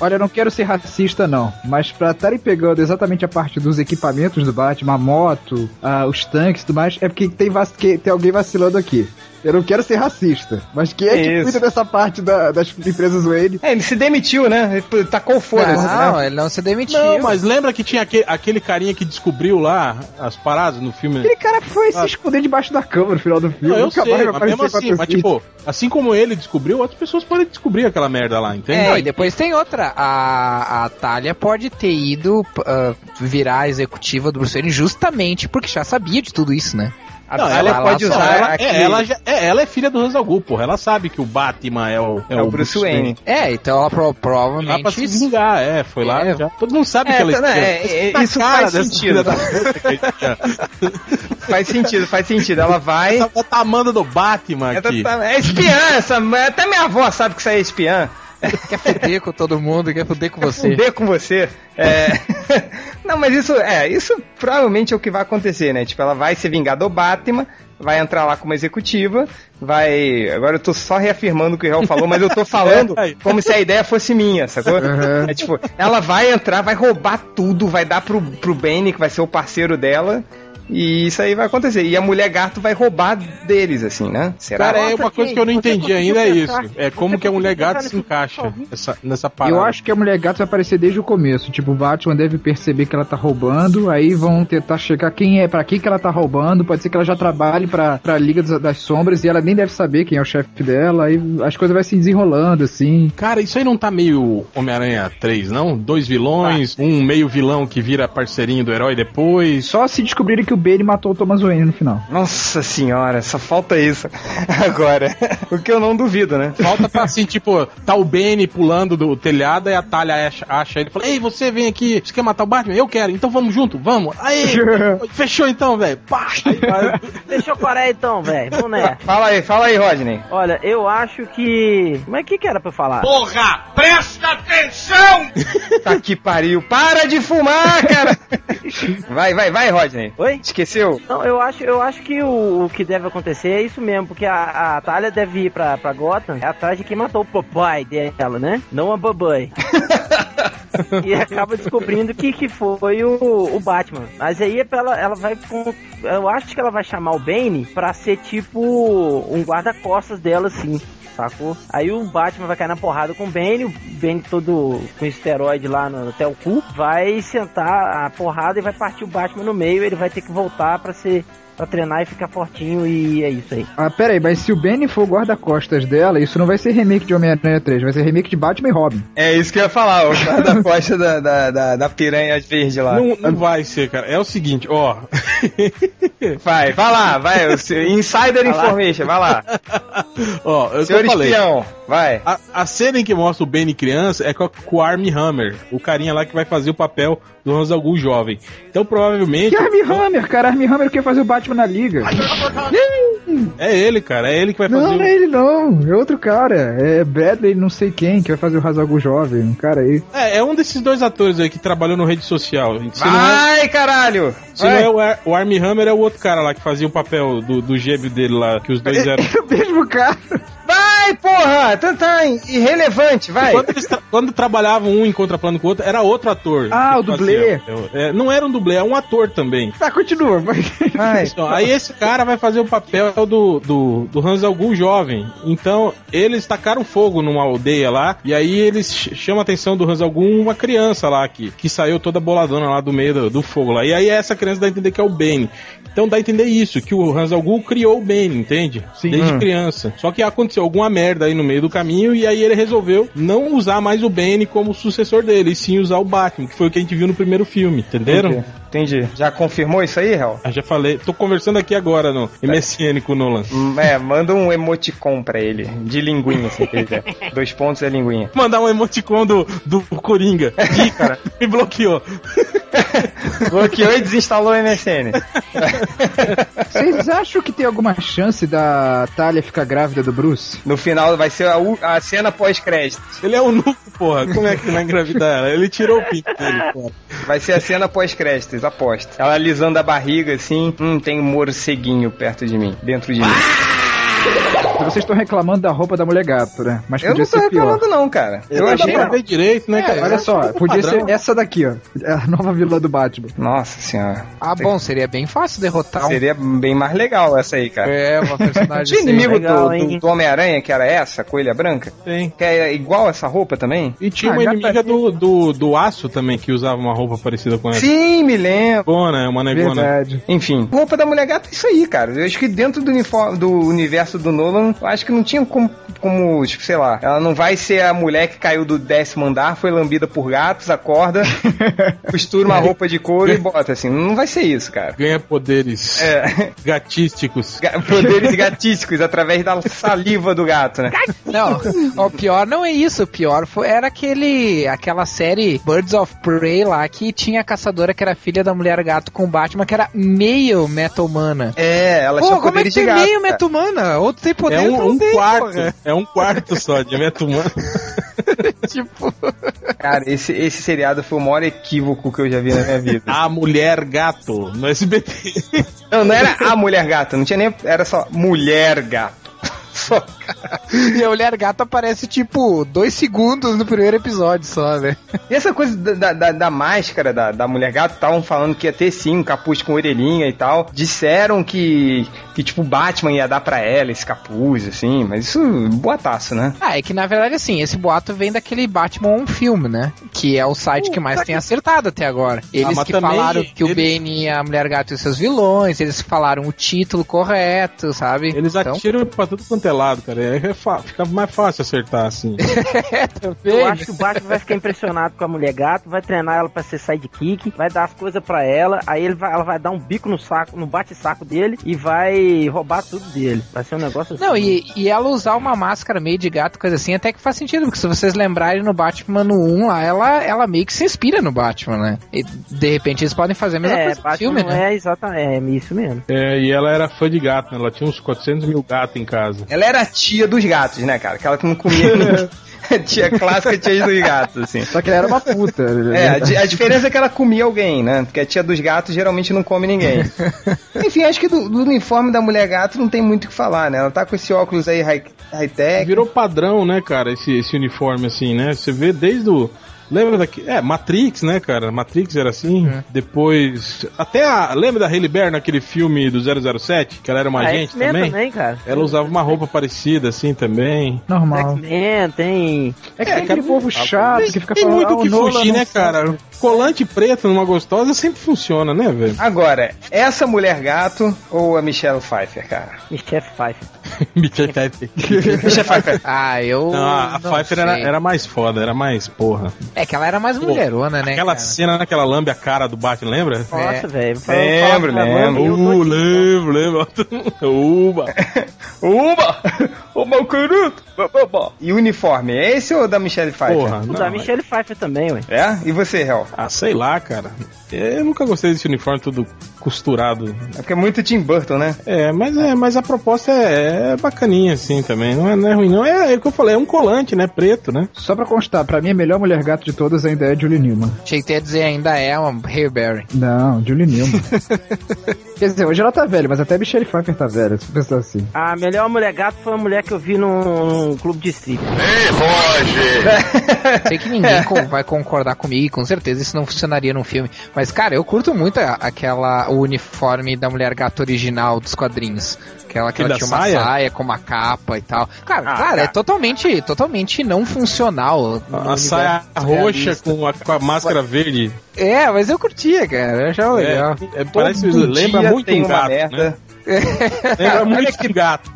[SPEAKER 6] olha, eu não quero ser racista, não. Mas pra estarem pegando exatamente a parte dos equipamentos do Batman, a moto, ah, os tanques e tudo mais, é porque tem, vac- que tem alguém vacilando aqui. Eu não quero ser racista. Mas quem é que
[SPEAKER 2] Isso.
[SPEAKER 6] cuida dessa parte da- das empresas Wayne?
[SPEAKER 2] É, ele se demitiu, né? Ele tacou o foda-se,
[SPEAKER 3] Não,
[SPEAKER 2] né?
[SPEAKER 3] ele não se demitiu.
[SPEAKER 1] Não, mas lembra que tinha aquele, aquele carinha que descobriu lá as paradas no filme?
[SPEAKER 6] Aquele cara foi se
[SPEAKER 1] Ah.
[SPEAKER 6] esconder debaixo da cama no final do filme.
[SPEAKER 1] Não, eu
[SPEAKER 6] nunca
[SPEAKER 1] sei,
[SPEAKER 6] mais vai
[SPEAKER 1] mas mesmo
[SPEAKER 6] aparecer
[SPEAKER 1] assim,
[SPEAKER 6] pra
[SPEAKER 1] mas
[SPEAKER 6] vocês.
[SPEAKER 1] tipo, assim como ele descobriu, outras pessoas podem descobrir aquela merda lá, entende?
[SPEAKER 3] Não, É, e depois tem outra. A, a Talia pode ter ido ah, virar a executiva do Bruce Wayne justamente porque já sabia de tudo isso, né?
[SPEAKER 2] A
[SPEAKER 1] Não,
[SPEAKER 2] Dália
[SPEAKER 3] ela-
[SPEAKER 2] pode
[SPEAKER 3] ela-
[SPEAKER 2] usar
[SPEAKER 1] ela,
[SPEAKER 2] aquele-
[SPEAKER 1] é, ela, já- é, ela é filha do Hans Gul, porra. Ela sabe que o Batman é o,
[SPEAKER 2] É o Bruce Wayne.
[SPEAKER 3] É, então ela
[SPEAKER 1] Foi lá
[SPEAKER 3] pro-
[SPEAKER 1] tá pra se
[SPEAKER 3] provavelmente.
[SPEAKER 1] vingar, é, foi lá.
[SPEAKER 3] É.
[SPEAKER 1] já- todo mundo sabe
[SPEAKER 2] É,
[SPEAKER 1] que ela
[SPEAKER 2] tá-
[SPEAKER 1] espiã.
[SPEAKER 2] é, é,
[SPEAKER 1] Na
[SPEAKER 2] isso
[SPEAKER 1] cara
[SPEAKER 2] faz
[SPEAKER 1] dessa
[SPEAKER 2] sentido. né? tá?
[SPEAKER 1] filha da puta que ele tinha.
[SPEAKER 2] Faz sentido, faz sentido. Ela vai.
[SPEAKER 1] Essa tá amando do Batman
[SPEAKER 2] É, tá-
[SPEAKER 1] aqui.
[SPEAKER 2] tá- é espiã, essa... até minha avó sabe que isso aí é espiã.
[SPEAKER 3] Quer fuder com todo mundo, quer fuder com você.
[SPEAKER 2] fuder com você. É... Não, mas isso é, isso provavelmente é o que vai acontecer, né? Tipo, ela vai se vingar do Batman, vai entrar lá como executiva, vai. Agora eu tô só reafirmando o que o Real falou, mas eu tô falando
[SPEAKER 1] É, aí.
[SPEAKER 2] como se a ideia fosse minha, sacou?
[SPEAKER 6] Uhum.
[SPEAKER 2] É tipo, ela vai entrar, vai roubar tudo, vai dar pro, pro Bane, que vai ser o parceiro dela. E isso aí vai acontecer. E a mulher gato vai roubar deles, assim, né? Será?
[SPEAKER 1] Cara, é
[SPEAKER 5] Nossa,
[SPEAKER 1] uma coisa
[SPEAKER 5] gente,
[SPEAKER 1] que eu não
[SPEAKER 5] você
[SPEAKER 1] entendi
[SPEAKER 5] conseguiu
[SPEAKER 1] ainda é isso.
[SPEAKER 5] pensar-
[SPEAKER 1] É como
[SPEAKER 5] você
[SPEAKER 1] que a mulher
[SPEAKER 5] conseguiu
[SPEAKER 1] gato
[SPEAKER 5] pensar
[SPEAKER 1] se
[SPEAKER 5] nisso
[SPEAKER 1] encaixa
[SPEAKER 5] sozinho?
[SPEAKER 1] nessa, nessa parada.
[SPEAKER 6] Eu acho que a mulher gata vai aparecer desde o começo. Tipo, o Batman deve perceber que ela tá roubando, aí vão tentar checar quem é, pra quem que ela tá roubando. Pode ser que ela já trabalhe pra, pra Liga dos- das Sombras e ela nem deve saber quem é o chefe dela. Aí as coisas vai se desenrolando, assim.
[SPEAKER 1] Cara, isso aí não tá meio Homem-Aranha 3, não? Dois vilões, um meio vilão que vira parceirinho do herói
[SPEAKER 6] E
[SPEAKER 1] depois.
[SPEAKER 6] só se descobrirem que o Bane matou o Thomas Wayne no final.
[SPEAKER 2] Nossa senhora, só falta isso agora. O que eu não duvido, né?
[SPEAKER 1] Falta pra assim, tipo, tá o Benny pulando do telhado e a Talha acha, acha ele e fala: Ei, você vem aqui, você quer matar o Batman? Eu quero, então vamos junto, vamos. Aí, fechou então, velho. Pá! Aí vai-
[SPEAKER 5] Deixa eu corar então, velho. Vamos nessa.
[SPEAKER 2] Fala aí, fala aí, Rodney.
[SPEAKER 5] Olha, eu acho que. Mas o que, que era pra eu falar?
[SPEAKER 7] Porra, presta atenção!
[SPEAKER 2] Tá que pariu. Para de fumar, cara! Vai, vai, vai, Rodney.
[SPEAKER 5] Oi?
[SPEAKER 2] Esqueceu?
[SPEAKER 5] Não, eu acho, eu acho que o, o que deve acontecer é isso mesmo, porque a, a Talia deve ir pra, pra Gotham é atrás de quem matou o papai dela, né? Não a babai. e acaba descobrindo que, que foi o, o Batman. Mas aí é pra ela, ela vai. com- Eu acho que ela vai chamar o Bane pra ser tipo um guarda-costas dela, assim. Sacou? Aí o Batman vai cair na porrada com o Bane, o Bane todo com esteroide lá no, até o cu, vai sentar a porrada e vai partir o Batman no meio, ele vai ter que voltar pra ser pra treinar e ficar fortinho e é isso aí.
[SPEAKER 6] Ah, pera aí, mas se o Benny for o guarda-costas dela, isso não vai ser remake de Homem-Aranha 3, vai ser remake de Batman e Robin.
[SPEAKER 2] É isso que eu ia falar, o cara da costa da, da, da, da piranha verde lá.
[SPEAKER 1] Não, não vai ser, cara. É o seguinte, ó.
[SPEAKER 2] Vai, vai lá, vai, o seu- insider information, vai lá. É
[SPEAKER 1] ó, é eu
[SPEAKER 2] Senhor
[SPEAKER 1] eu falei.
[SPEAKER 2] espião, vai.
[SPEAKER 1] A, a cena em que mostra o Benny criança é com, a- com o Armie Hammer, o carinha lá que vai fazer o papel do Hans Algum jovem. Então provavelmente
[SPEAKER 6] Que Armie Hammer, cara, Armie Hammer quer fazer o Batman na Liga.
[SPEAKER 1] é ele, cara, é ele que vai
[SPEAKER 6] Não,
[SPEAKER 1] fazer. o-
[SPEAKER 6] não é ele não, é outro cara, é Bradley não sei quem, que vai fazer o Razalgo Jovem, um cara aí.
[SPEAKER 1] É, é um desses dois atores aí que trabalhou no rede social. Se não é,
[SPEAKER 2] Vai, caralho!
[SPEAKER 1] se não
[SPEAKER 2] Vai.
[SPEAKER 1] é o, Ar, o Armie Hammer, é o outro cara lá que fazia o papel do, do gêmeo dele lá, que os dois eram.
[SPEAKER 6] O mesmo cara.
[SPEAKER 2] Vai, porra! Tá, tá irrelevante, vai!
[SPEAKER 1] Quando, eles tra- quando trabalhavam um em contraplano com o outro, era outro ator.
[SPEAKER 6] Ah,
[SPEAKER 1] que
[SPEAKER 6] o dublê.
[SPEAKER 1] fazia. É, não era um dublê, é um ator também.
[SPEAKER 6] Tá, continua, vai.
[SPEAKER 2] Vai.
[SPEAKER 1] Então, aí esse cara vai fazer o papel do, do, do Hans Algum jovem. Então, eles tacaram fogo numa aldeia lá, e aí eles ch- chamam a atenção do Hans Algum uma criança lá que, que saiu toda boladona lá do meio do, do fogo lá. E aí essa criança dá a entender que é o Bane. Então dá a entender isso, que o Hans Algum criou o Bane, entende? Desde criança. Só que aconteceu alguma merda aí no meio do caminho e aí ele resolveu não usar mais o Bane como sucessor dele, e sim usar o Batman, que foi o que a gente viu no primeiro filme, entenderam?
[SPEAKER 2] Entendi. Já confirmou isso aí, Hel?
[SPEAKER 1] Ah, já falei. Tô conversando aqui agora no MSN com o Nolan.
[SPEAKER 2] Hum, É, manda um emoticon pra ele, de linguinha, se ele quiser. Dois pontos é linguinha.
[SPEAKER 1] Mandar um emoticon do, do Coringa. Ih, cara, me bloqueou.
[SPEAKER 2] Bloqueou e desinstalou o MSN.
[SPEAKER 6] Vocês acham que tem alguma chance da Talia ficar grávida do Bruce?
[SPEAKER 2] No final vai ser a, u- a cena pós-créditos.
[SPEAKER 1] Ele é o nuco, porra. Como é que vai engravidar ela? Ele tirou o pinto dele, porra.
[SPEAKER 2] Vai ser a cena pós-créditos, aposta. Ela alisando a barriga assim. Hum, tem um morceguinho perto de mim, dentro de mim.
[SPEAKER 6] Vocês estão reclamando da roupa da mulher gato, né? Mas
[SPEAKER 2] Eu
[SPEAKER 6] podia
[SPEAKER 2] não tô
[SPEAKER 6] ser pior.
[SPEAKER 2] reclamando, não, cara. Eu
[SPEAKER 1] Não dá
[SPEAKER 2] achei.
[SPEAKER 1] pra ver direito, né, cara?
[SPEAKER 6] Olha só, podia ser essa daqui, ó. É A nova vilã do Batman.
[SPEAKER 2] Nossa senhora.
[SPEAKER 3] Ah, bom, seria bem fácil derrotar um.
[SPEAKER 2] Seria bem mais legal essa aí, cara.
[SPEAKER 3] É, uma personagem
[SPEAKER 2] Tinha inimigo
[SPEAKER 5] legal,
[SPEAKER 2] do, do,
[SPEAKER 5] hein?
[SPEAKER 2] do Homem-Aranha, que era essa, coelha branca,
[SPEAKER 1] Tem.
[SPEAKER 2] que é igual essa roupa também?
[SPEAKER 1] E tinha
[SPEAKER 6] Ah,
[SPEAKER 1] uma
[SPEAKER 6] já tá
[SPEAKER 1] inimiga do, do, do aço também, que usava uma roupa parecida com essa.
[SPEAKER 2] Sim, me lembro.
[SPEAKER 1] Negona, é uma negona.
[SPEAKER 6] Verdade.
[SPEAKER 2] Enfim, roupa da mulher gata é isso aí, cara. Eu acho que dentro do, uniforme, do universo do Nolan, eu acho que não tinha como, como, tipo, sei lá, ela não vai ser a mulher que caiu do décimo andar, foi lambida por gatos, acorda, costura uma roupa de couro e bota assim. Não vai ser isso, cara.
[SPEAKER 1] Ganha poderes
[SPEAKER 2] É,
[SPEAKER 1] gatísticos.
[SPEAKER 2] ga- poderes gatísticos através da saliva do gato, né?
[SPEAKER 3] Não, o pior não é isso. O pior foi, era aquele, aquela série Birds of Prey lá que tinha a caçadora que era filha da mulher gato com o Batman, que era meio meta-humana.
[SPEAKER 2] É, ela
[SPEAKER 3] Pô,
[SPEAKER 2] tinha
[SPEAKER 3] como é que
[SPEAKER 2] poderes de
[SPEAKER 3] tem
[SPEAKER 2] gato.
[SPEAKER 3] meio
[SPEAKER 2] cara.
[SPEAKER 3] meta-humana? Outro tem poder,
[SPEAKER 1] É um,
[SPEAKER 3] outro não
[SPEAKER 1] um
[SPEAKER 3] tem,
[SPEAKER 1] quarto.
[SPEAKER 3] porra.
[SPEAKER 1] É um quarto só de meta humana.
[SPEAKER 3] Tipo,
[SPEAKER 2] Cara, esse, esse seriado foi o maior equívoco que eu já vi na minha vida.
[SPEAKER 1] A mulher gato no SBT.
[SPEAKER 2] Não, não era a mulher gata, não tinha nem. Era só mulher gato. Só, cara.
[SPEAKER 3] e a mulher gato aparece, tipo, dois segundos no primeiro episódio só, né?
[SPEAKER 2] E essa coisa da, da, da máscara da, da mulher gato, estavam falando que ia ter sim um capuz com orelhinha e tal. Disseram que, que tipo, Batman ia dar pra ela esse capuz, assim, mas isso, boataço, né?
[SPEAKER 3] Ah, é que na verdade, assim, esse boato vem daquele Batman um filme, né? Que é o site que mais tem acertado até agora. Eles
[SPEAKER 1] mas
[SPEAKER 3] que
[SPEAKER 1] também
[SPEAKER 3] falaram que o
[SPEAKER 1] eles-
[SPEAKER 3] Bane e a Mulher Gato e seus vilões, eles falaram o título correto, sabe?
[SPEAKER 1] Eles
[SPEAKER 3] Então,
[SPEAKER 1] atiram pra tudo quanto é lado, cara. É, é fa- fica mais fácil acertar assim.
[SPEAKER 5] Eu
[SPEAKER 3] Bem,
[SPEAKER 5] acho que o Batman vai ficar impressionado com a mulher gato, vai treinar ela pra ser sidekick, vai dar as coisas pra ela, aí ele vai, ela vai dar um bico no saco, no bate-saco dele e vai roubar tudo dele. Vai ser um negócio
[SPEAKER 3] Não, e, e ela usar uma máscara meio de gato, coisa assim, até que faz sentido, porque se vocês lembrarem no Batman no 1 lá, ela, ela meio que se inspira no Batman, né? E de repente eles podem fazer a mesma
[SPEAKER 5] É,
[SPEAKER 3] coisa
[SPEAKER 5] Batman
[SPEAKER 3] no filme,
[SPEAKER 5] não
[SPEAKER 3] né?
[SPEAKER 5] é exatamente, é isso mesmo.
[SPEAKER 1] É, e ela era fã de gato, né? Ela tinha uns 400 mil gatos em casa.
[SPEAKER 2] Ela era a tia dos gatos, né, cara? Aquela que não comia ninguém. tia clássica e tia dos gatos, assim.
[SPEAKER 6] Só que ela era uma puta. né?
[SPEAKER 2] É, a, di- a diferença é que ela comia alguém, né? Porque a tia dos gatos geralmente não come ninguém. Enfim, acho que do, do uniforme da mulher gato não tem muito o que falar, né? Ela tá com esse óculos aí high- high-tech.
[SPEAKER 1] Virou padrão, né, cara, esse, esse uniforme assim, né? Você vê desde o. Lembra daqui? É, Matrix, né, cara? Matrix era assim.
[SPEAKER 6] Uhum.
[SPEAKER 1] Depois. Até a. Lembra da Hailey Berry naquele filme do 007? Que ela era uma
[SPEAKER 6] é
[SPEAKER 5] Ah,
[SPEAKER 1] agente
[SPEAKER 5] X-Men
[SPEAKER 6] né?
[SPEAKER 1] também?
[SPEAKER 5] cara.
[SPEAKER 1] Ela usava uma roupa parecida assim também.
[SPEAKER 6] Normal.
[SPEAKER 5] X-Men, tem.
[SPEAKER 6] É que tem aquele povo chato que fica
[SPEAKER 1] Tem
[SPEAKER 6] falando.
[SPEAKER 1] muito
[SPEAKER 6] "Ah,
[SPEAKER 1] o que
[SPEAKER 6] Nolan
[SPEAKER 1] fugir,
[SPEAKER 6] não
[SPEAKER 1] né, cara? Colante preto numa gostosa sempre funciona, né, velho?
[SPEAKER 2] Agora, essa mulher gato ou a Michelle Pfeiffer, cara?
[SPEAKER 5] Michelle Pfeiffer.
[SPEAKER 1] Bicha Pfeiffer.
[SPEAKER 2] Michelle Pfeiffer.
[SPEAKER 3] Ah, eu.
[SPEAKER 1] Não, a, a
[SPEAKER 3] não
[SPEAKER 1] Pfeiffer
[SPEAKER 3] sei.
[SPEAKER 1] era, era mais foda, era mais porra.
[SPEAKER 3] É que ela era mais mulherona, né?
[SPEAKER 1] Aquela
[SPEAKER 3] cara?
[SPEAKER 1] cena naquela lambe a cara do Batman, lembra?
[SPEAKER 5] Nossa, velho.
[SPEAKER 2] É,
[SPEAKER 5] um
[SPEAKER 2] Lembro, lembro.
[SPEAKER 1] Uh, lembro, lembro. Uba.
[SPEAKER 3] É,
[SPEAKER 2] Uma! Uma querido! E o uniforme, é esse ou da Michelle Pfeiffer?
[SPEAKER 1] Porra, não,
[SPEAKER 5] Da Michelle Pfeiffer também, ué.
[SPEAKER 2] É? E você, Hel?
[SPEAKER 1] Ah, sei lá, cara. Eu nunca gostei desse uniforme todo costurado.
[SPEAKER 2] É porque é muito Tim Burton, né?
[SPEAKER 1] É, mas é, mas a proposta é, é bacaninha assim também. Não é, não é ruim, não. É, é o que eu falei, é um colante, né? Preto, né?
[SPEAKER 6] Só pra constar, pra mim a melhor mulher gato de todas ainda é Julie Newman.
[SPEAKER 3] Achei que tu ia dizer ainda é uma Hailberry.
[SPEAKER 6] Não, Julie Newman. Quer dizer, hoje ela tá velha, mas até a Michelle Pfeiffer tá velha, se pensar assim.
[SPEAKER 5] A melhor mulher gato foi a mulher que eu vi num, num clube de strip.
[SPEAKER 3] Sei que ninguém
[SPEAKER 2] É.
[SPEAKER 3] co- vai concordar comigo, e com certeza isso não funcionaria num filme. Mas, cara, eu curto muito a- aquela o uniforme da mulher gata original dos quadrinhos. Aquela que
[SPEAKER 1] E
[SPEAKER 3] ela
[SPEAKER 1] da
[SPEAKER 3] tinha uma
[SPEAKER 1] saia?
[SPEAKER 3] saia? com uma capa e tal. Cara,
[SPEAKER 5] Ah,
[SPEAKER 3] cara, é
[SPEAKER 5] cara.
[SPEAKER 3] totalmente, totalmente não funcional. no
[SPEAKER 1] A
[SPEAKER 3] universo
[SPEAKER 1] saia roxa
[SPEAKER 3] realista.
[SPEAKER 1] com a, com a máscara verde.
[SPEAKER 3] É, mas eu curtia, cara. Eu achava legal.
[SPEAKER 1] É, é, parece,
[SPEAKER 2] Todo dia
[SPEAKER 1] lembra muito
[SPEAKER 2] tem
[SPEAKER 1] um gato,
[SPEAKER 2] uma
[SPEAKER 1] né?
[SPEAKER 2] merda.
[SPEAKER 1] Lembra
[SPEAKER 2] Olha
[SPEAKER 1] muito um gato.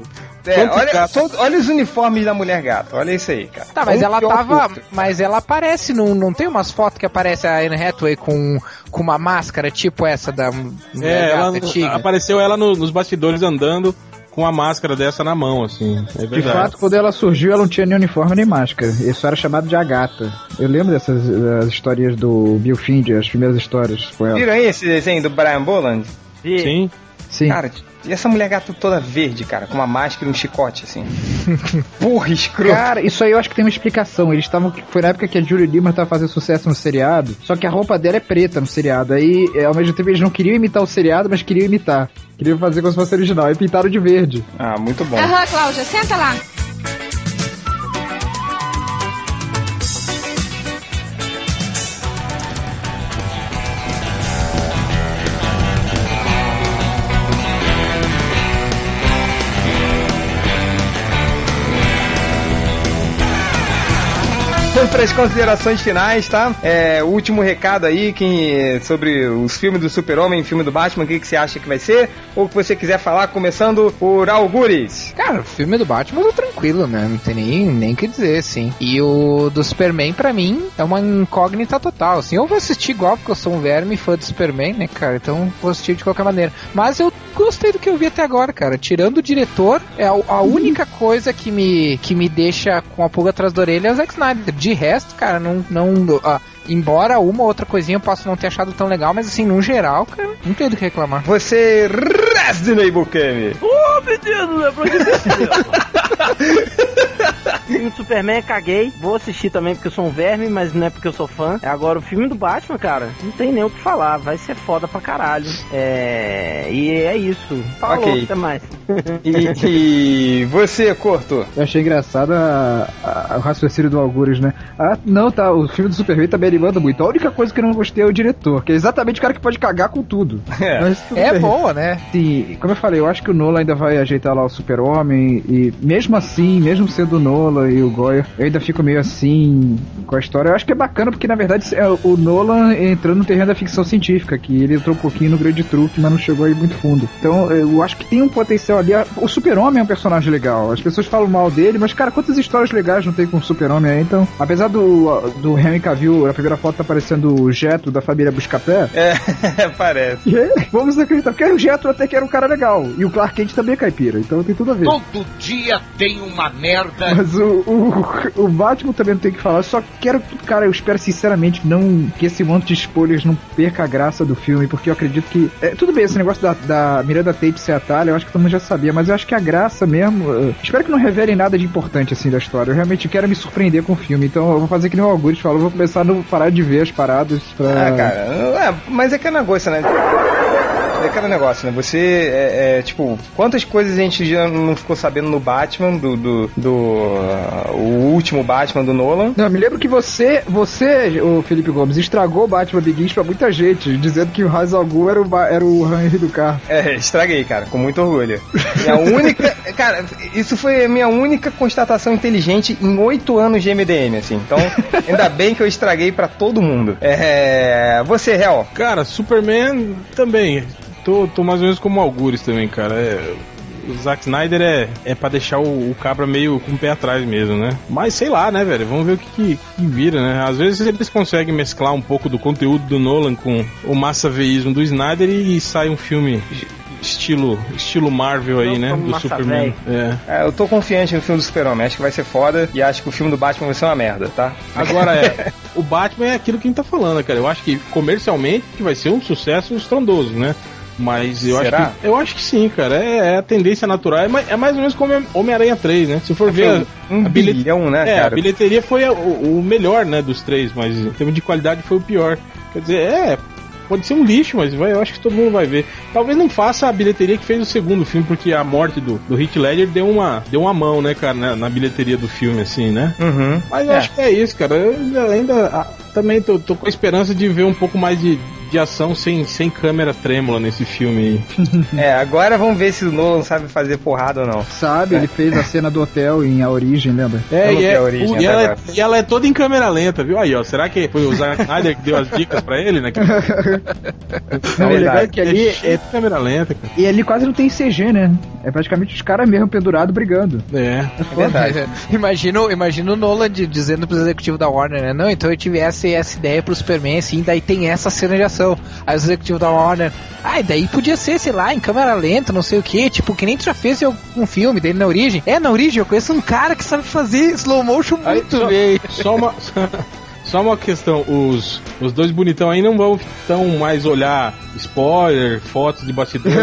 [SPEAKER 2] É,
[SPEAKER 1] Quanto
[SPEAKER 2] olha,
[SPEAKER 1] gato?
[SPEAKER 2] todo- olha os uniformes da mulher gato, olha isso aí, cara.
[SPEAKER 3] Tá, mas
[SPEAKER 2] Um
[SPEAKER 3] ela
[SPEAKER 2] pior
[SPEAKER 3] tava.
[SPEAKER 2] que o outro.
[SPEAKER 3] Mas ela aparece, não, não tem umas fotos que aparece a Anne Hathaway com, com uma máscara tipo essa da mulher
[SPEAKER 1] É, ela,
[SPEAKER 3] gata antiga?
[SPEAKER 1] apareceu ela no- nos bastidores andando com a máscara dessa na mão, assim. É
[SPEAKER 6] De
[SPEAKER 1] verdade.
[SPEAKER 6] fato, quando ela surgiu, ela não tinha nem uniforme nem máscara. Ele só era chamado de Agatha. Eu lembro dessas das histórias do Bill Finger, as primeiras histórias com ela.
[SPEAKER 2] Viram aí esse desenho do Brian Boland?
[SPEAKER 5] Vi.
[SPEAKER 1] Sim.
[SPEAKER 6] Sim.
[SPEAKER 2] Cara, e essa mulher gato toda verde, cara, com uma máscara e um chicote, assim. Porra, escroto.
[SPEAKER 6] Cara, isso aí eu acho que tem uma explicação. Eles estavam. Foi na época que a Julie Newman tava fazendo sucesso no seriado. Só que a roupa dela é preta no seriado. Aí, é, ao mesmo tempo, eles não queriam imitar o seriado, mas queriam imitar. Queriam fazer como se fosse original. E pintaram de verde.
[SPEAKER 2] Ah, muito bom.
[SPEAKER 4] Uh-huh,
[SPEAKER 10] Aham, Cláudia, senta lá.
[SPEAKER 2] Vamos para as considerações finais, tá? É, o último recado aí quem, sobre os filmes do Super-Homem, filme do Batman, o que, que você acha que vai ser? Ou o que você quiser falar, começando por Algures.
[SPEAKER 3] Cara, o filme do Batman tá tranquilo, né? Não tem nem nem o que dizer, assim. E o do Superman, pra mim, é uma incógnita total, assim. Eu vou assistir igual, porque eu sou um verme fã do Superman, né, cara? Então vou assistir de qualquer maneira. Mas eu gostei do que eu vi até agora, cara. Tirando o diretor, é a, a única coisa que me, que me deixa com a pulga atrás da orelha é o Zack Snyder. De resto, cara, não... não ah, Embora uma ou outra coisinha eu possa não ter achado tão legal, mas assim, no geral, cara, não tem do que reclamar.
[SPEAKER 2] Você, Resident Bukemi.
[SPEAKER 5] Ô, menino, é lembrou de você. Filme do Superman, caguei. Vou assistir também porque eu sou um verme, mas não é porque eu sou fã. Agora, o filme do Batman, cara, não tem nem o que falar. Vai ser foda pra caralho. É. E é isso. Falou,
[SPEAKER 2] Ok.
[SPEAKER 5] até mais.
[SPEAKER 2] E, e você, Corto.
[SPEAKER 6] Eu achei engraçado a- a- o raciocínio do Algures, né? Ah, não, tá. O filme do Superman também ele manda muito. A única coisa que eu não gostei é o diretor, que é exatamente o cara que pode cagar com tudo.
[SPEAKER 2] É.
[SPEAKER 6] Mas tudo
[SPEAKER 3] É
[SPEAKER 6] bem.
[SPEAKER 3] boa, né?
[SPEAKER 6] Sim, Assim, como eu falei, eu acho que o Nola ainda vai ajeitar lá o Super-Homem e mesmo assim, mesmo sendo o Nola e o Goya, eu ainda fico meio assim com a história. Eu acho que é bacana porque na verdade é o Nolan entrando no terreno da ficção científica, que ele entrou um pouquinho no grande truque, mas não chegou aí muito fundo. Então eu acho que tem um potencial ali. O Super-Homem é um personagem legal. As pessoas falam mal dele, mas cara, quantas histórias legais não tem com o Super-Homem aí? Então, apesar do, do Henry Cavill, na primeira foto tá aparecendo o Jeto da família Buscapé,
[SPEAKER 2] É, parece.
[SPEAKER 6] e aí, vamos acreditar, porque o Jetro até que era um cara legal. E o Clark Kent também é caipira, então tem tudo a ver.
[SPEAKER 9] Todo dia tem uma merda.
[SPEAKER 2] é.
[SPEAKER 6] Mas o, o, o, o Batman também não tem o que falar. Eu só quero que, cara, eu espero sinceramente não que esse monte de spoilers não perca a graça do filme, porque eu acredito que. é, tudo bem, esse negócio da, da Miranda Tate ser a Talia, eu acho que todo mundo já sabia, mas eu acho que a graça mesmo. eh, espero que não revelem nada de importante assim da história. Eu realmente quero me surpreender com o filme, então eu vou fazer que nem o Augusto falou, eu vou começar a não parar de ver as paradas pra.
[SPEAKER 2] Ah, cara, é, mas é aquele negócio, né? É aquele negócio, né? Você, é, é, tipo, quantas coisas a gente já não ficou sabendo no Batman, do. do, do, ah, o último Batman do Nolan?
[SPEAKER 6] Não, eu me lembro que você, você, o Felipe Gomes, estragou o Batman Begins pra muita gente, dizendo que o Ra's al Ghul era o, ba- era o Henry do carro.
[SPEAKER 2] É, estraguei, cara, com muito orgulho. Minha única. Cara, isso foi a minha única constatação inteligente em oito anos de MDM, assim. Então, ainda bem que eu estraguei pra todo mundo. É. Você, Hel.
[SPEAKER 1] Cara, Superman também. Tô, tô mais ou menos como o Algures também, cara. É, o Zack Snyder é, é pra deixar o, o cabra meio com o pé atrás mesmo, né? Mas sei lá, né, velho? Vamos ver o que, que, que vira, né? Às vezes eles conseguem mesclar um pouco do conteúdo do Nolan com o massa veísmo do Snyder e, sai um filme estilo, estilo Marvel aí,
[SPEAKER 5] Não,
[SPEAKER 1] né?
[SPEAKER 5] como
[SPEAKER 1] Do
[SPEAKER 5] massa
[SPEAKER 1] Superman. É.
[SPEAKER 2] É, eu tô confiante no filme do Super-Homem, acho que vai ser foda e acho que o filme do Batman vai ser uma merda, tá?
[SPEAKER 1] Agora é, o Batman é aquilo que a gente tá falando, cara. Eu acho que comercialmente vai ser um sucesso estrondoso, né? Mas eu
[SPEAKER 2] Será?
[SPEAKER 1] acho que. Eu acho que sim, cara. É, é a tendência natural. É, ma- é mais ou menos como Homem-Aranha 3, né? Se for ver.
[SPEAKER 2] um
[SPEAKER 1] a bilhe-
[SPEAKER 2] bilhão, né,
[SPEAKER 1] é, a
[SPEAKER 2] cara?
[SPEAKER 1] bilheteria foi a- o, o melhor, né, dos três, mas em termos de qualidade foi o pior. Quer dizer, é. Pode ser um lixo, mas vai, eu acho que todo mundo vai ver. Talvez não faça a bilheteria que fez o segundo filme, porque a morte do, do Heath Ledger deu uma, deu uma mão, né, cara, na- na bilheteria do filme, assim, né?
[SPEAKER 2] Uhum.
[SPEAKER 1] Mas eu acho que é isso, cara. Eu ainda, ainda, ah, também tô, tô com a esperança de ver um pouco mais de, de ação sem, sem câmera trêmula nesse filme aí.
[SPEAKER 2] É, agora vamos ver se o Nolan sabe fazer porrada ou não.
[SPEAKER 6] Sabe,
[SPEAKER 2] É.
[SPEAKER 6] ele fez a cena do hotel em A Origem, lembra?
[SPEAKER 1] É,
[SPEAKER 2] não
[SPEAKER 1] e,
[SPEAKER 2] vi
[SPEAKER 1] é
[SPEAKER 2] a origem
[SPEAKER 1] o-
[SPEAKER 2] até
[SPEAKER 1] e, ela, é-
[SPEAKER 2] agora.
[SPEAKER 1] e ela é toda em câmera lenta, viu? Aí, ó. Será que foi o Zack Snyder que deu as dicas pra ele, né? cara?
[SPEAKER 6] Não, o
[SPEAKER 2] verdade.
[SPEAKER 6] legal é que ali,
[SPEAKER 1] cheio de câmera lenta, cara.
[SPEAKER 6] e ali quase não tem CG, né? É praticamente os caras mesmo pendurados brigando.
[SPEAKER 1] É.
[SPEAKER 2] É verdade.
[SPEAKER 3] Imagina o- imagina o Nolan de- dizendo pro executivo da Warner, né? Não, então eu tive essa e essa ideia pro Superman, assim, daí tem essa cena de ação. Aí o executivo da Warner, ah, e daí podia ser, sei lá, em câmera lenta, não sei o que, tipo, que nem tu já fez em algum filme dele na origem. É, na origem eu conheço um cara que sabe fazer slow motion muito
[SPEAKER 1] só,
[SPEAKER 3] bem.
[SPEAKER 1] só uma. Só uma questão, os, os dois bonitão aí não vão tão mais olhar spoiler, fotos de bastidores,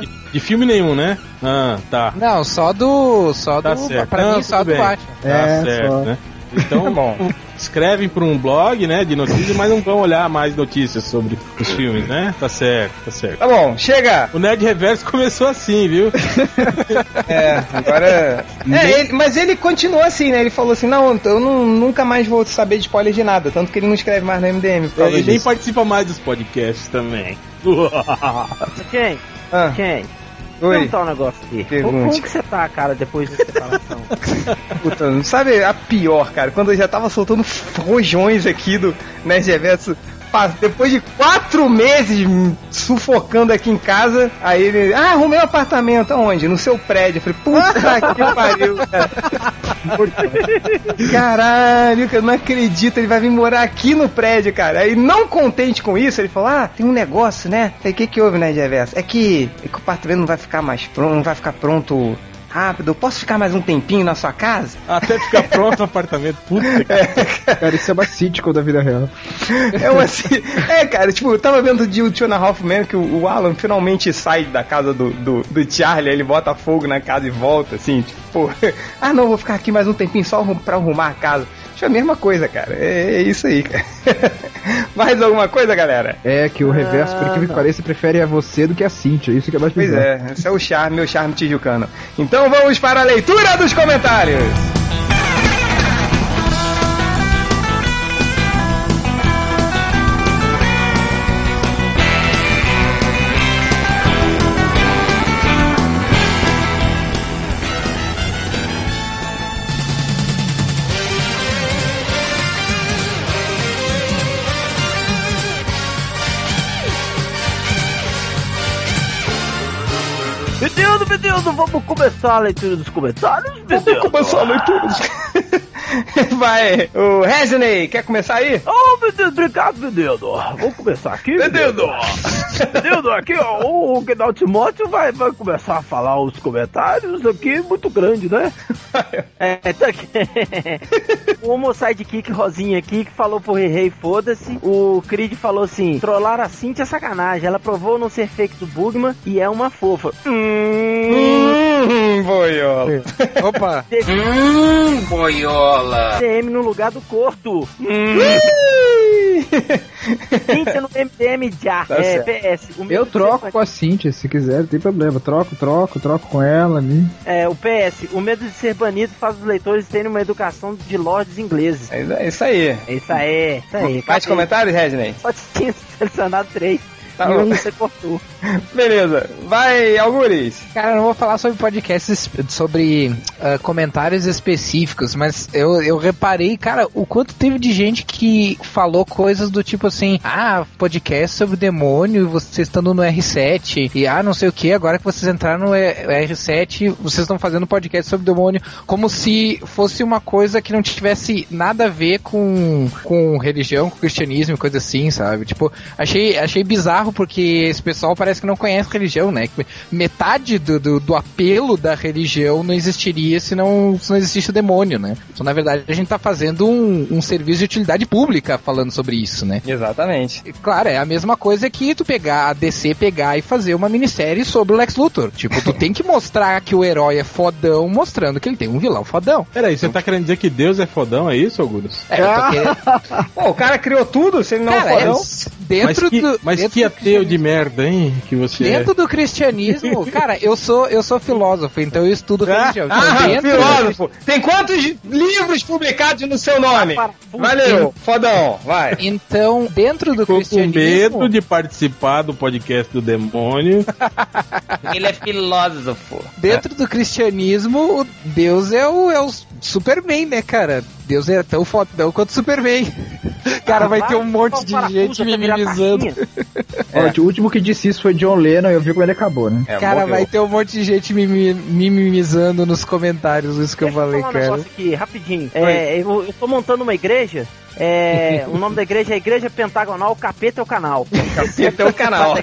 [SPEAKER 1] de, de filme nenhum, né? Ah, tá.
[SPEAKER 3] Não, só do. Só
[SPEAKER 1] Tá
[SPEAKER 3] do.
[SPEAKER 1] certo.
[SPEAKER 3] Pra
[SPEAKER 1] Não,
[SPEAKER 3] mim, só
[SPEAKER 1] tudo
[SPEAKER 3] do
[SPEAKER 1] bem.
[SPEAKER 3] Batman.
[SPEAKER 1] Tá
[SPEAKER 6] É,
[SPEAKER 1] certo,
[SPEAKER 6] só.
[SPEAKER 1] né? Então,
[SPEAKER 2] Tá bom.
[SPEAKER 1] escrevem para um blog, né, de notícias, mas não vão olhar mais notícias sobre os filmes, né? Tá certo, tá certo.
[SPEAKER 2] Tá bom, chega!
[SPEAKER 1] O Nerd Reverso começou assim, viu?
[SPEAKER 2] É, agora. É, ele- mas ele continuou assim, né? Ele falou assim: não, eu não- nunca mais vou saber de spoiler de nada. Tanto que ele não escreve mais no MDM. Por causa
[SPEAKER 1] Ele nem
[SPEAKER 2] disso.
[SPEAKER 1] participa mais dos podcasts também.
[SPEAKER 5] Quem?
[SPEAKER 2] Ah,
[SPEAKER 5] Quem?
[SPEAKER 2] oi.
[SPEAKER 5] Perguntar um negócio aqui.
[SPEAKER 2] Pergunte.
[SPEAKER 5] Como, como que você tá, cara, depois dessa separação?
[SPEAKER 2] Puta, não sabe a pior, cara? Quando eu já tava soltando rojões aqui do Nerd Reverso, pa- depois de quatro meses hum, sufocando aqui em casa, aí ele, ah, arrumei um apartamento, aonde? No seu prédio. Eu falei, puta que pariu, cara. Caralho, que eu não acredito, ele vai vir morar aqui no prédio, cara. Aí, não contente com isso, ele falou, ah, tem um negócio, né? Falei, o que que houve, Nerd Reverso? É que, é que o apartamento não vai ficar mais pronto, não vai ficar pronto... Rápido, eu posso ficar mais um tempinho na sua casa?
[SPEAKER 1] Até ficar pronto o apartamento. Puta que
[SPEAKER 6] Cara, isso é uma sitcom da vida real.
[SPEAKER 2] É uma assim. É, cara, tipo, eu tava vendo de Two and a Half Men que o, o Alan finalmente sai da casa do, do, do Charlie, aí ele bota fogo na casa e volta, assim, tipo, pô, ah não, vou ficar aqui mais um tempinho só arrum- pra arrumar a casa. Acho a mesma coisa, cara. É, é isso aí, cara. mais alguma coisa, galera?
[SPEAKER 6] É, que o reverso, por incrível que pareça, prefere a você do que a Cintia. Isso que é mais
[SPEAKER 2] Ah, tá. Pois
[SPEAKER 6] bizarro.
[SPEAKER 2] é, esse é o charme, meu charme tijucano. Então vamos para a leitura dos comentários!
[SPEAKER 5] meu Deus, meu Deus, vamos começar a leitura dos comentários, meu Deus.
[SPEAKER 2] Começou a leitura dos... Vai, o Resney, quer começar aí?
[SPEAKER 5] Oh, meu Deus, obrigado, menino. Vamos começar aqui.
[SPEAKER 2] Entendendo?
[SPEAKER 5] Menino, aqui, ó, o Guinaldo Timóteo vai, vai começar a falar os comentários aqui, muito grande, né? É, tá aqui. o Homo Sidekick Rosinha aqui, que falou pro Rei Rei, foda-se. O Creed falou assim: trollar a Cintia é sacanagem. Ela provou não ser fake do Bugman e é uma fofa. Hum.
[SPEAKER 2] Hum, boiola.
[SPEAKER 3] Opa!
[SPEAKER 9] Hum, boiola.
[SPEAKER 5] CM no lugar do
[SPEAKER 2] Hum.
[SPEAKER 5] corto. Cintia é no MDM já.
[SPEAKER 2] Tá
[SPEAKER 5] é, PS. o meu
[SPEAKER 6] Eu troco com a Cintia, se quiser, não tem problema. Troco, troco, troco com ela né? ali.
[SPEAKER 5] É, o PS, o medo de ser banido faz os leitores terem uma educação de lords ingleses.
[SPEAKER 2] É isso- é isso aí.
[SPEAKER 5] É isso aí, isso aí.
[SPEAKER 2] Mais comentários, Resney?
[SPEAKER 5] Só tinha selecionado três.
[SPEAKER 2] Tá
[SPEAKER 5] e
[SPEAKER 2] bom.
[SPEAKER 5] um você cortou.
[SPEAKER 2] Beleza. Vai, Algures.
[SPEAKER 3] Cara, eu não vou falar sobre podcasts, es- sobre ah, comentários específicos, mas eu, eu reparei, cara, o quanto teve de gente que falou coisas do tipo assim: ah, podcast sobre demônio e vocês estando no R7, e ah, não sei o que, agora que vocês entraram no E- R7, vocês estão fazendo podcast sobre demônio, como se fosse uma coisa que não tivesse nada a ver com, com religião, com cristianismo e coisa assim, sabe? Tipo, achei, achei bizarro porque esse pessoal parece que não conhece religião, né? Que metade do, do, do apelo da religião não existiria se não, se não existisse o demônio, né? Então, na verdade, a gente tá fazendo um, um serviço de utilidade pública falando sobre isso, né?
[SPEAKER 2] Exatamente.
[SPEAKER 3] E, Claro, é a mesma coisa que tu pegar a DC, pegar e fazer uma minissérie sobre o Lex Luthor. Tipo, tu tem que mostrar que o herói é fodão, mostrando que ele tem um vilão fodão.
[SPEAKER 1] Peraí, você tá querendo dizer que Deus é fodão, é isso, Augusto?
[SPEAKER 3] É, eu tô querendo...
[SPEAKER 2] Pô, o cara criou tudo, se ele Ah, não
[SPEAKER 3] Cara,
[SPEAKER 2] é um
[SPEAKER 3] é,
[SPEAKER 2] fodão.
[SPEAKER 1] Mas
[SPEAKER 3] dentro
[SPEAKER 1] que,
[SPEAKER 3] do...
[SPEAKER 1] mas
[SPEAKER 3] dentro
[SPEAKER 1] que
[SPEAKER 2] é?
[SPEAKER 3] do
[SPEAKER 1] ateu de merda, hein? Que você é?
[SPEAKER 3] Dentro do cristianismo, cara, eu sou eu sou filósofo, então eu estudo religião. Então,
[SPEAKER 2] Ah,
[SPEAKER 3] dentro-
[SPEAKER 2] filósofo. Tem quantos livros publicados no seu nome? Valeu, fodão. Vai.
[SPEAKER 3] Então, dentro do
[SPEAKER 1] Ficou com
[SPEAKER 3] cristianismo,
[SPEAKER 1] medo de participar do podcast do demônio.
[SPEAKER 2] Ele é filósofo.
[SPEAKER 3] dentro do cristianismo, o Deus é o, é o Superman, né, cara? Deus é tão fodão quanto o Superman. Cara, vai ter um monte de gente minimizando.
[SPEAKER 6] Ó, o último que disse isso foi John Lennon e eu vi como ele acabou, né?
[SPEAKER 2] É,
[SPEAKER 3] Cara,
[SPEAKER 2] morreu.
[SPEAKER 3] vai ter um monte de gente mimi- minimizando nos comentários isso que eu
[SPEAKER 5] Deixa
[SPEAKER 3] falei,
[SPEAKER 5] falar um
[SPEAKER 3] cara.
[SPEAKER 5] negócio aqui, rapidinho. É, eu, eu tô montando uma igreja. É, o nome da igreja é Igreja Pentagonal, o capeta é o canal.
[SPEAKER 2] Tem até o canal.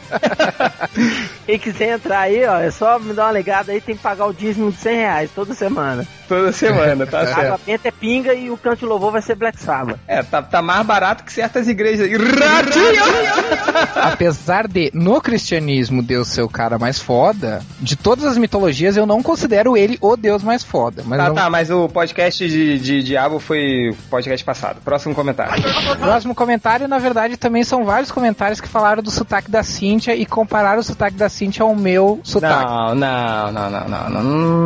[SPEAKER 5] Quem quiser entrar aí, ó, é só me dar uma ligada aí, tem que pagar o dízimo de 100 reais toda semana.
[SPEAKER 2] Toda semana, tá
[SPEAKER 5] A
[SPEAKER 2] certo.
[SPEAKER 5] água benta é pinga e o canto de louvor vai ser Black Sabbath.
[SPEAKER 2] É, tá, tá mais barato que certas igrejas. aí. Ratinho!
[SPEAKER 3] Apesar de, no cristianismo, Deus ser o cara mais foda, de todas as mitologias, eu não considero ele o Deus mais foda. Mas
[SPEAKER 2] Tá,
[SPEAKER 3] não-
[SPEAKER 2] tá, mas o podcast de, de Diabo foi podcast passado. Próximo comentário.
[SPEAKER 3] Próximo comentário, na verdade, também são vários comentários que falaram do sotaque da Cíntia e compararam o sotaque da Cíntia ao meu sotaque.
[SPEAKER 2] Não, não, não, não, não, não,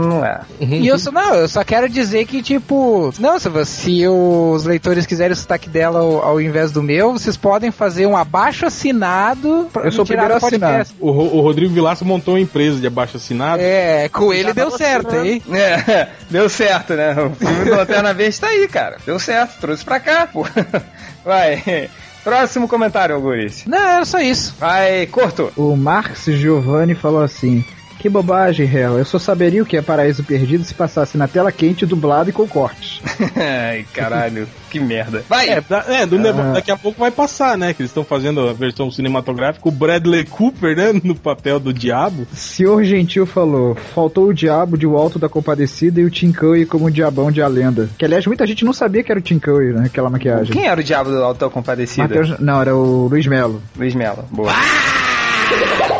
[SPEAKER 2] não é.
[SPEAKER 3] E eu só, não, eu só quero dizer que, tipo, não, se, você- se os leitores quiserem o sotaque dela ao, ao invés do meu, vocês podem fazer um abaixo assinado pra
[SPEAKER 6] Eu sou o
[SPEAKER 3] me tirar
[SPEAKER 6] primeiro
[SPEAKER 3] do podcast.
[SPEAKER 6] assinado.
[SPEAKER 1] O, Ro- o Rodrigo Vilaço montou uma empresa de abaixo assinado.
[SPEAKER 3] É, com ele
[SPEAKER 5] Já
[SPEAKER 3] deu
[SPEAKER 5] tava
[SPEAKER 3] certo,
[SPEAKER 5] assinando.
[SPEAKER 3] hein?
[SPEAKER 2] É, deu certo, né? O filme do Lanterna Verde tá aí, cara. Deu certo, trouxe pra cá, pô. Vai. Próximo comentário, Alguris.
[SPEAKER 3] Não, era só isso.
[SPEAKER 2] Vai, corto.
[SPEAKER 6] O Marx Giovanni falou assim: Que bobagem, réu. Eu só saberia o que é Paraíso Perdido se passasse na tela quente, dublado e com cortes.
[SPEAKER 2] Ai, caralho, que merda. Vai.
[SPEAKER 1] É, da- é, do Neva- daqui a pouco vai passar, né? Que eles estão fazendo a versão cinematográfica. O Bradley Cooper, né? No papel do diabo.
[SPEAKER 6] Senhor Gentil falou: Faltou o diabo de O Alto da Compadecida e o Tim Curry como o diabão de A Lenda. Que aliás, muita gente não sabia que era o Tim Curry, né? Aquela maquiagem.
[SPEAKER 2] Quem era o diabo do Autor Compadecido?
[SPEAKER 6] Mateus- não, era o Luiz Melo.
[SPEAKER 2] Luiz Melo. Boa.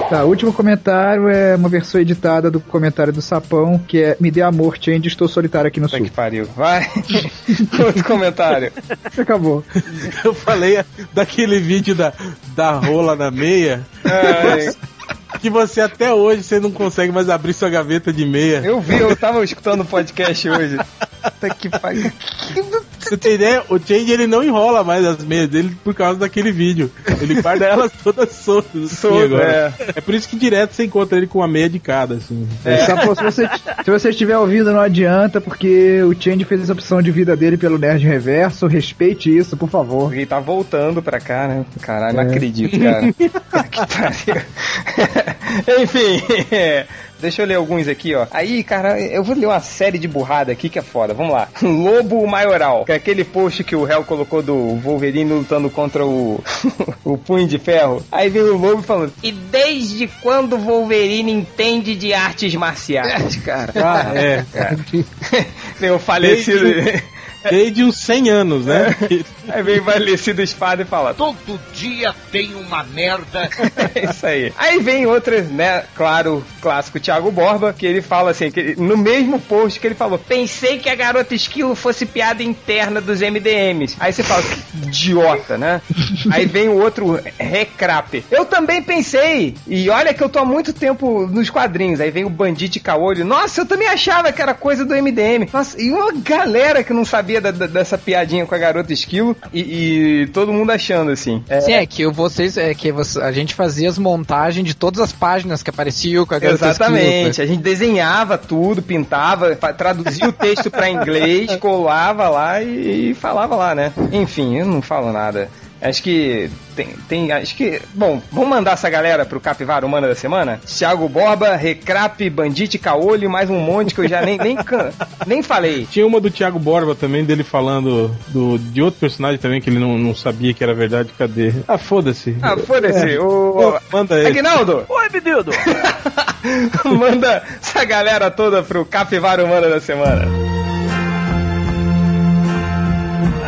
[SPEAKER 6] Tá, o último comentário é uma versão editada do comentário do Sapão, que é Me dê amor, Change, estou solitário aqui no
[SPEAKER 2] Puta que
[SPEAKER 6] sul.
[SPEAKER 2] pariu. Vai. Outro comentário.
[SPEAKER 6] Acabou.
[SPEAKER 1] Eu falei é, daquele vídeo da, da rola na meia.
[SPEAKER 2] Ai,
[SPEAKER 1] Que você até hoje você não consegue mais abrir sua gaveta de meia.
[SPEAKER 2] eu vi, eu tava escutando o podcast hoje. Puta que pariu.
[SPEAKER 1] Você tem ideia? O Change ele não enrola mais as meias dele por causa daquele vídeo. Ele guarda elas todas soltas. assim,
[SPEAKER 2] Solto,
[SPEAKER 1] agora. É. por isso que direto você encontra ele com uma meia de cada, assim.
[SPEAKER 6] Sapão, se você, se você estiver ouvindo, não adianta, porque o Change fez essa opção de vida dele pelo Nerd Reverso. Respeite isso, por favor.
[SPEAKER 2] Porque tá voltando pra cá, né? Caralho, não acredito, cara. que pariu. Enfim, Deixa eu ler alguns aqui, ó. Aí, cara, eu vou ler uma série de burrada aqui que é foda. Vamos lá. Lobo Maioral, que é aquele post que o Hell colocou do Wolverine lutando contra o, o Punho de Ferro. Aí vem o Lobo falando: E desde quando o Wolverine entende de artes marciais, cara?
[SPEAKER 1] Ah, é, cara.
[SPEAKER 2] Meu falecido.
[SPEAKER 1] Desde uns 100 anos, né?
[SPEAKER 2] Aí vem o falecido espada e fala:
[SPEAKER 7] Todo dia tem uma merda.
[SPEAKER 2] É isso aí. Aí vem outras, né? Claro, clássico Thiago Borba, que ele fala assim, que ele- no mesmo post que ele falou, pensei que a garota esquilo fosse piada interna dos MDMs. Aí você fala, que idiota, né? Aí vem o outro recrape. Eu também pensei, e olha que eu tô há muito tempo nos quadrinhos. Aí vem o Bandite Caolho. Nossa, eu também achava que era coisa do MDM. Nossa, e uma galera que não sabia da- da- dessa piadinha com a garota esquilo e, e todo mundo achando assim. É,
[SPEAKER 3] Sim, é que eu- vocês, é que você- a gente fazia as montagens de todas as páginas que apareciam com a garota
[SPEAKER 2] Exatamente, a gente desenhava tudo, pintava, fa- traduzia o texto pra inglês, colava lá e, e falava lá, né? Enfim, eu não falo nada. Acho que tem, tem- Acho que. Bom, vamos mandar essa galera pro Capivara Humana da Semana? Thiago Borba, Recrap, Bandite Caolho, mais um monte que eu já nem, nem, can- nem falei.
[SPEAKER 1] Tinha uma do Thiago Borba também, dele falando do, de outro personagem também que ele não, não sabia que era verdade. Cadê? Ah, foda-se.
[SPEAKER 2] Ah, É foda-se. O...
[SPEAKER 1] Pô, Manda ele.
[SPEAKER 2] Aguinaldo,
[SPEAKER 5] Oi, Benildo!
[SPEAKER 2] manda essa galera toda pro Capivara Humana da Semana.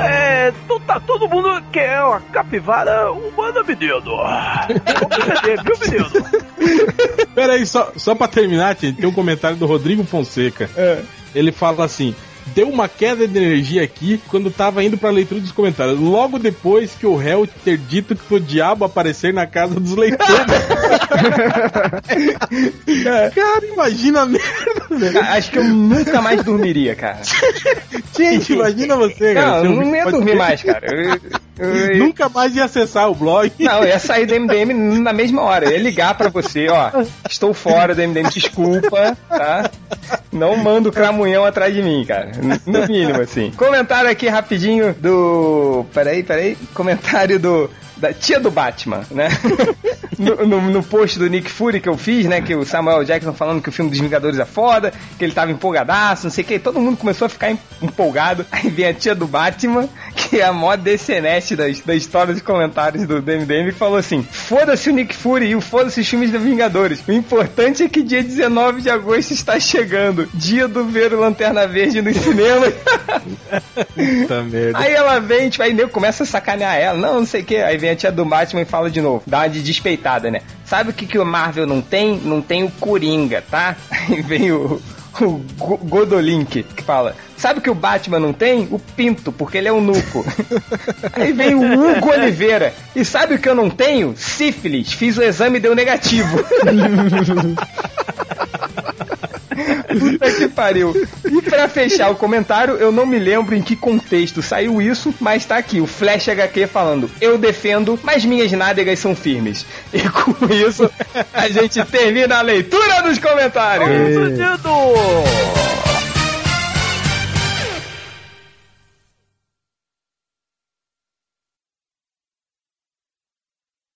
[SPEAKER 5] É, tu tá todo mundo que é uma capivara humana, menino. Vamos perder, viu, menino?
[SPEAKER 1] Pera aí, só, só pra terminar, gente, tem um comentário do Rodrigo Fonseca.
[SPEAKER 2] É.
[SPEAKER 1] Ele fala assim. Deu uma queda de energia aqui quando tava indo pra leitura dos comentários. Logo depois que o réu ter dito que o diabo aparecer na casa dos leitores. Cara, imagina mesmo, velho.
[SPEAKER 2] Cara, Acho que eu nunca mais dormiria, cara.
[SPEAKER 1] Gente, imagina você, cara.
[SPEAKER 2] Não,
[SPEAKER 1] Você
[SPEAKER 2] eu não ia
[SPEAKER 1] pode-
[SPEAKER 2] dormir mais, cara. Eu- eu- eu-
[SPEAKER 1] Nunca mais ia acessar o blog.
[SPEAKER 2] não, eu ia sair do MDM na mesma hora. Eu ia ligar pra você, ó. Estou fora do MDM, desculpa, tá? Não mando cramunhão atrás de mim, cara. No mínimo, assim. Comentário aqui rapidinho do. Peraí, peraí. Comentário do. Da tia do Batman, né? No, no- no post do Nick Fury que eu fiz, né? Que o Samuel Jackson falando que o filme dos Vingadores é foda, que ele tava empolgadaço, não sei o que. Todo mundo começou a ficar em- empolgado. Aí vem a tia do Batman, que é a mó DCNet da, da história dos comentários do MDM, e falou assim: foda-se o Nick Fury e o foda-se os filmes dos Vingadores. O importante é que dia 19 de agosto está chegando. Dia do ver o Lanterna Verde nos cinemas.
[SPEAKER 1] Puta merda.
[SPEAKER 2] Aí ela vem, tipo, aí nego começa a sacanear ela, não, não sei o que. Aí vem a tia do Batman e fala de novo, dá uma de despeitada, né? Sabe o que, que o Marvel não tem? Não tem o Coringa, tá? Aí vem o. O Go- Godolink, que fala. Sabe o que o Batman não tem? O pinto, porque ele é um nuco. Aí vem o Hugo Oliveira. E sabe o que eu não tenho? Sífilis. Fiz o exame e deu negativo. Puta que pariu. E pra fechar o comentário, eu não me lembro em que contexto saiu isso, mas tá aqui o Flash HQ falando: Eu defendo, mas minhas nádegas são firmes. E com isso, a gente termina a leitura dos
[SPEAKER 6] É.
[SPEAKER 2] comentários.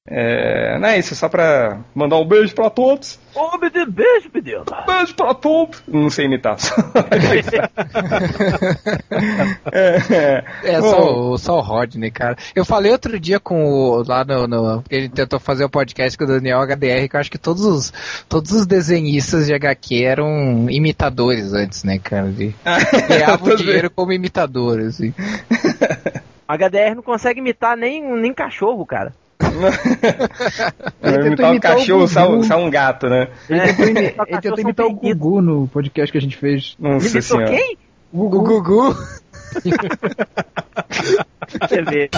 [SPEAKER 2] É, não é isso, só pra mandar um beijo pra todos.
[SPEAKER 5] Ô, menino, beijo, menino.
[SPEAKER 2] Beijo pra todos. Não sei imitar. só- é, é.
[SPEAKER 3] É, só, o- só o Rodney, cara. Eu falei outro dia com o. Lá no. no- porque ele tentou fazer o podcast com o Daniel HDR, que eu acho que todos os, todos os desenhistas de HQ eram imitadores antes, né, cara? De, ganhavam
[SPEAKER 2] Todos
[SPEAKER 3] dinheiro como imitadores, assim.
[SPEAKER 5] HDR não consegue imitar nem, nem cachorro, cara.
[SPEAKER 2] Eu
[SPEAKER 6] Ele
[SPEAKER 2] vou
[SPEAKER 6] tentou
[SPEAKER 2] imitar um
[SPEAKER 6] imitar o
[SPEAKER 2] cachorro, só,
[SPEAKER 6] Gugu.
[SPEAKER 2] só um gato, né?
[SPEAKER 6] Ele tentou, imi-
[SPEAKER 5] É. Só um
[SPEAKER 6] ele tentou
[SPEAKER 5] cachorro
[SPEAKER 6] imitar o
[SPEAKER 5] são periquitos.
[SPEAKER 6] Gugu no podcast que a gente fez.
[SPEAKER 2] Nossa
[SPEAKER 5] Imitou
[SPEAKER 2] senhora.
[SPEAKER 5] quem?
[SPEAKER 3] O Gugu.
[SPEAKER 5] Você vê.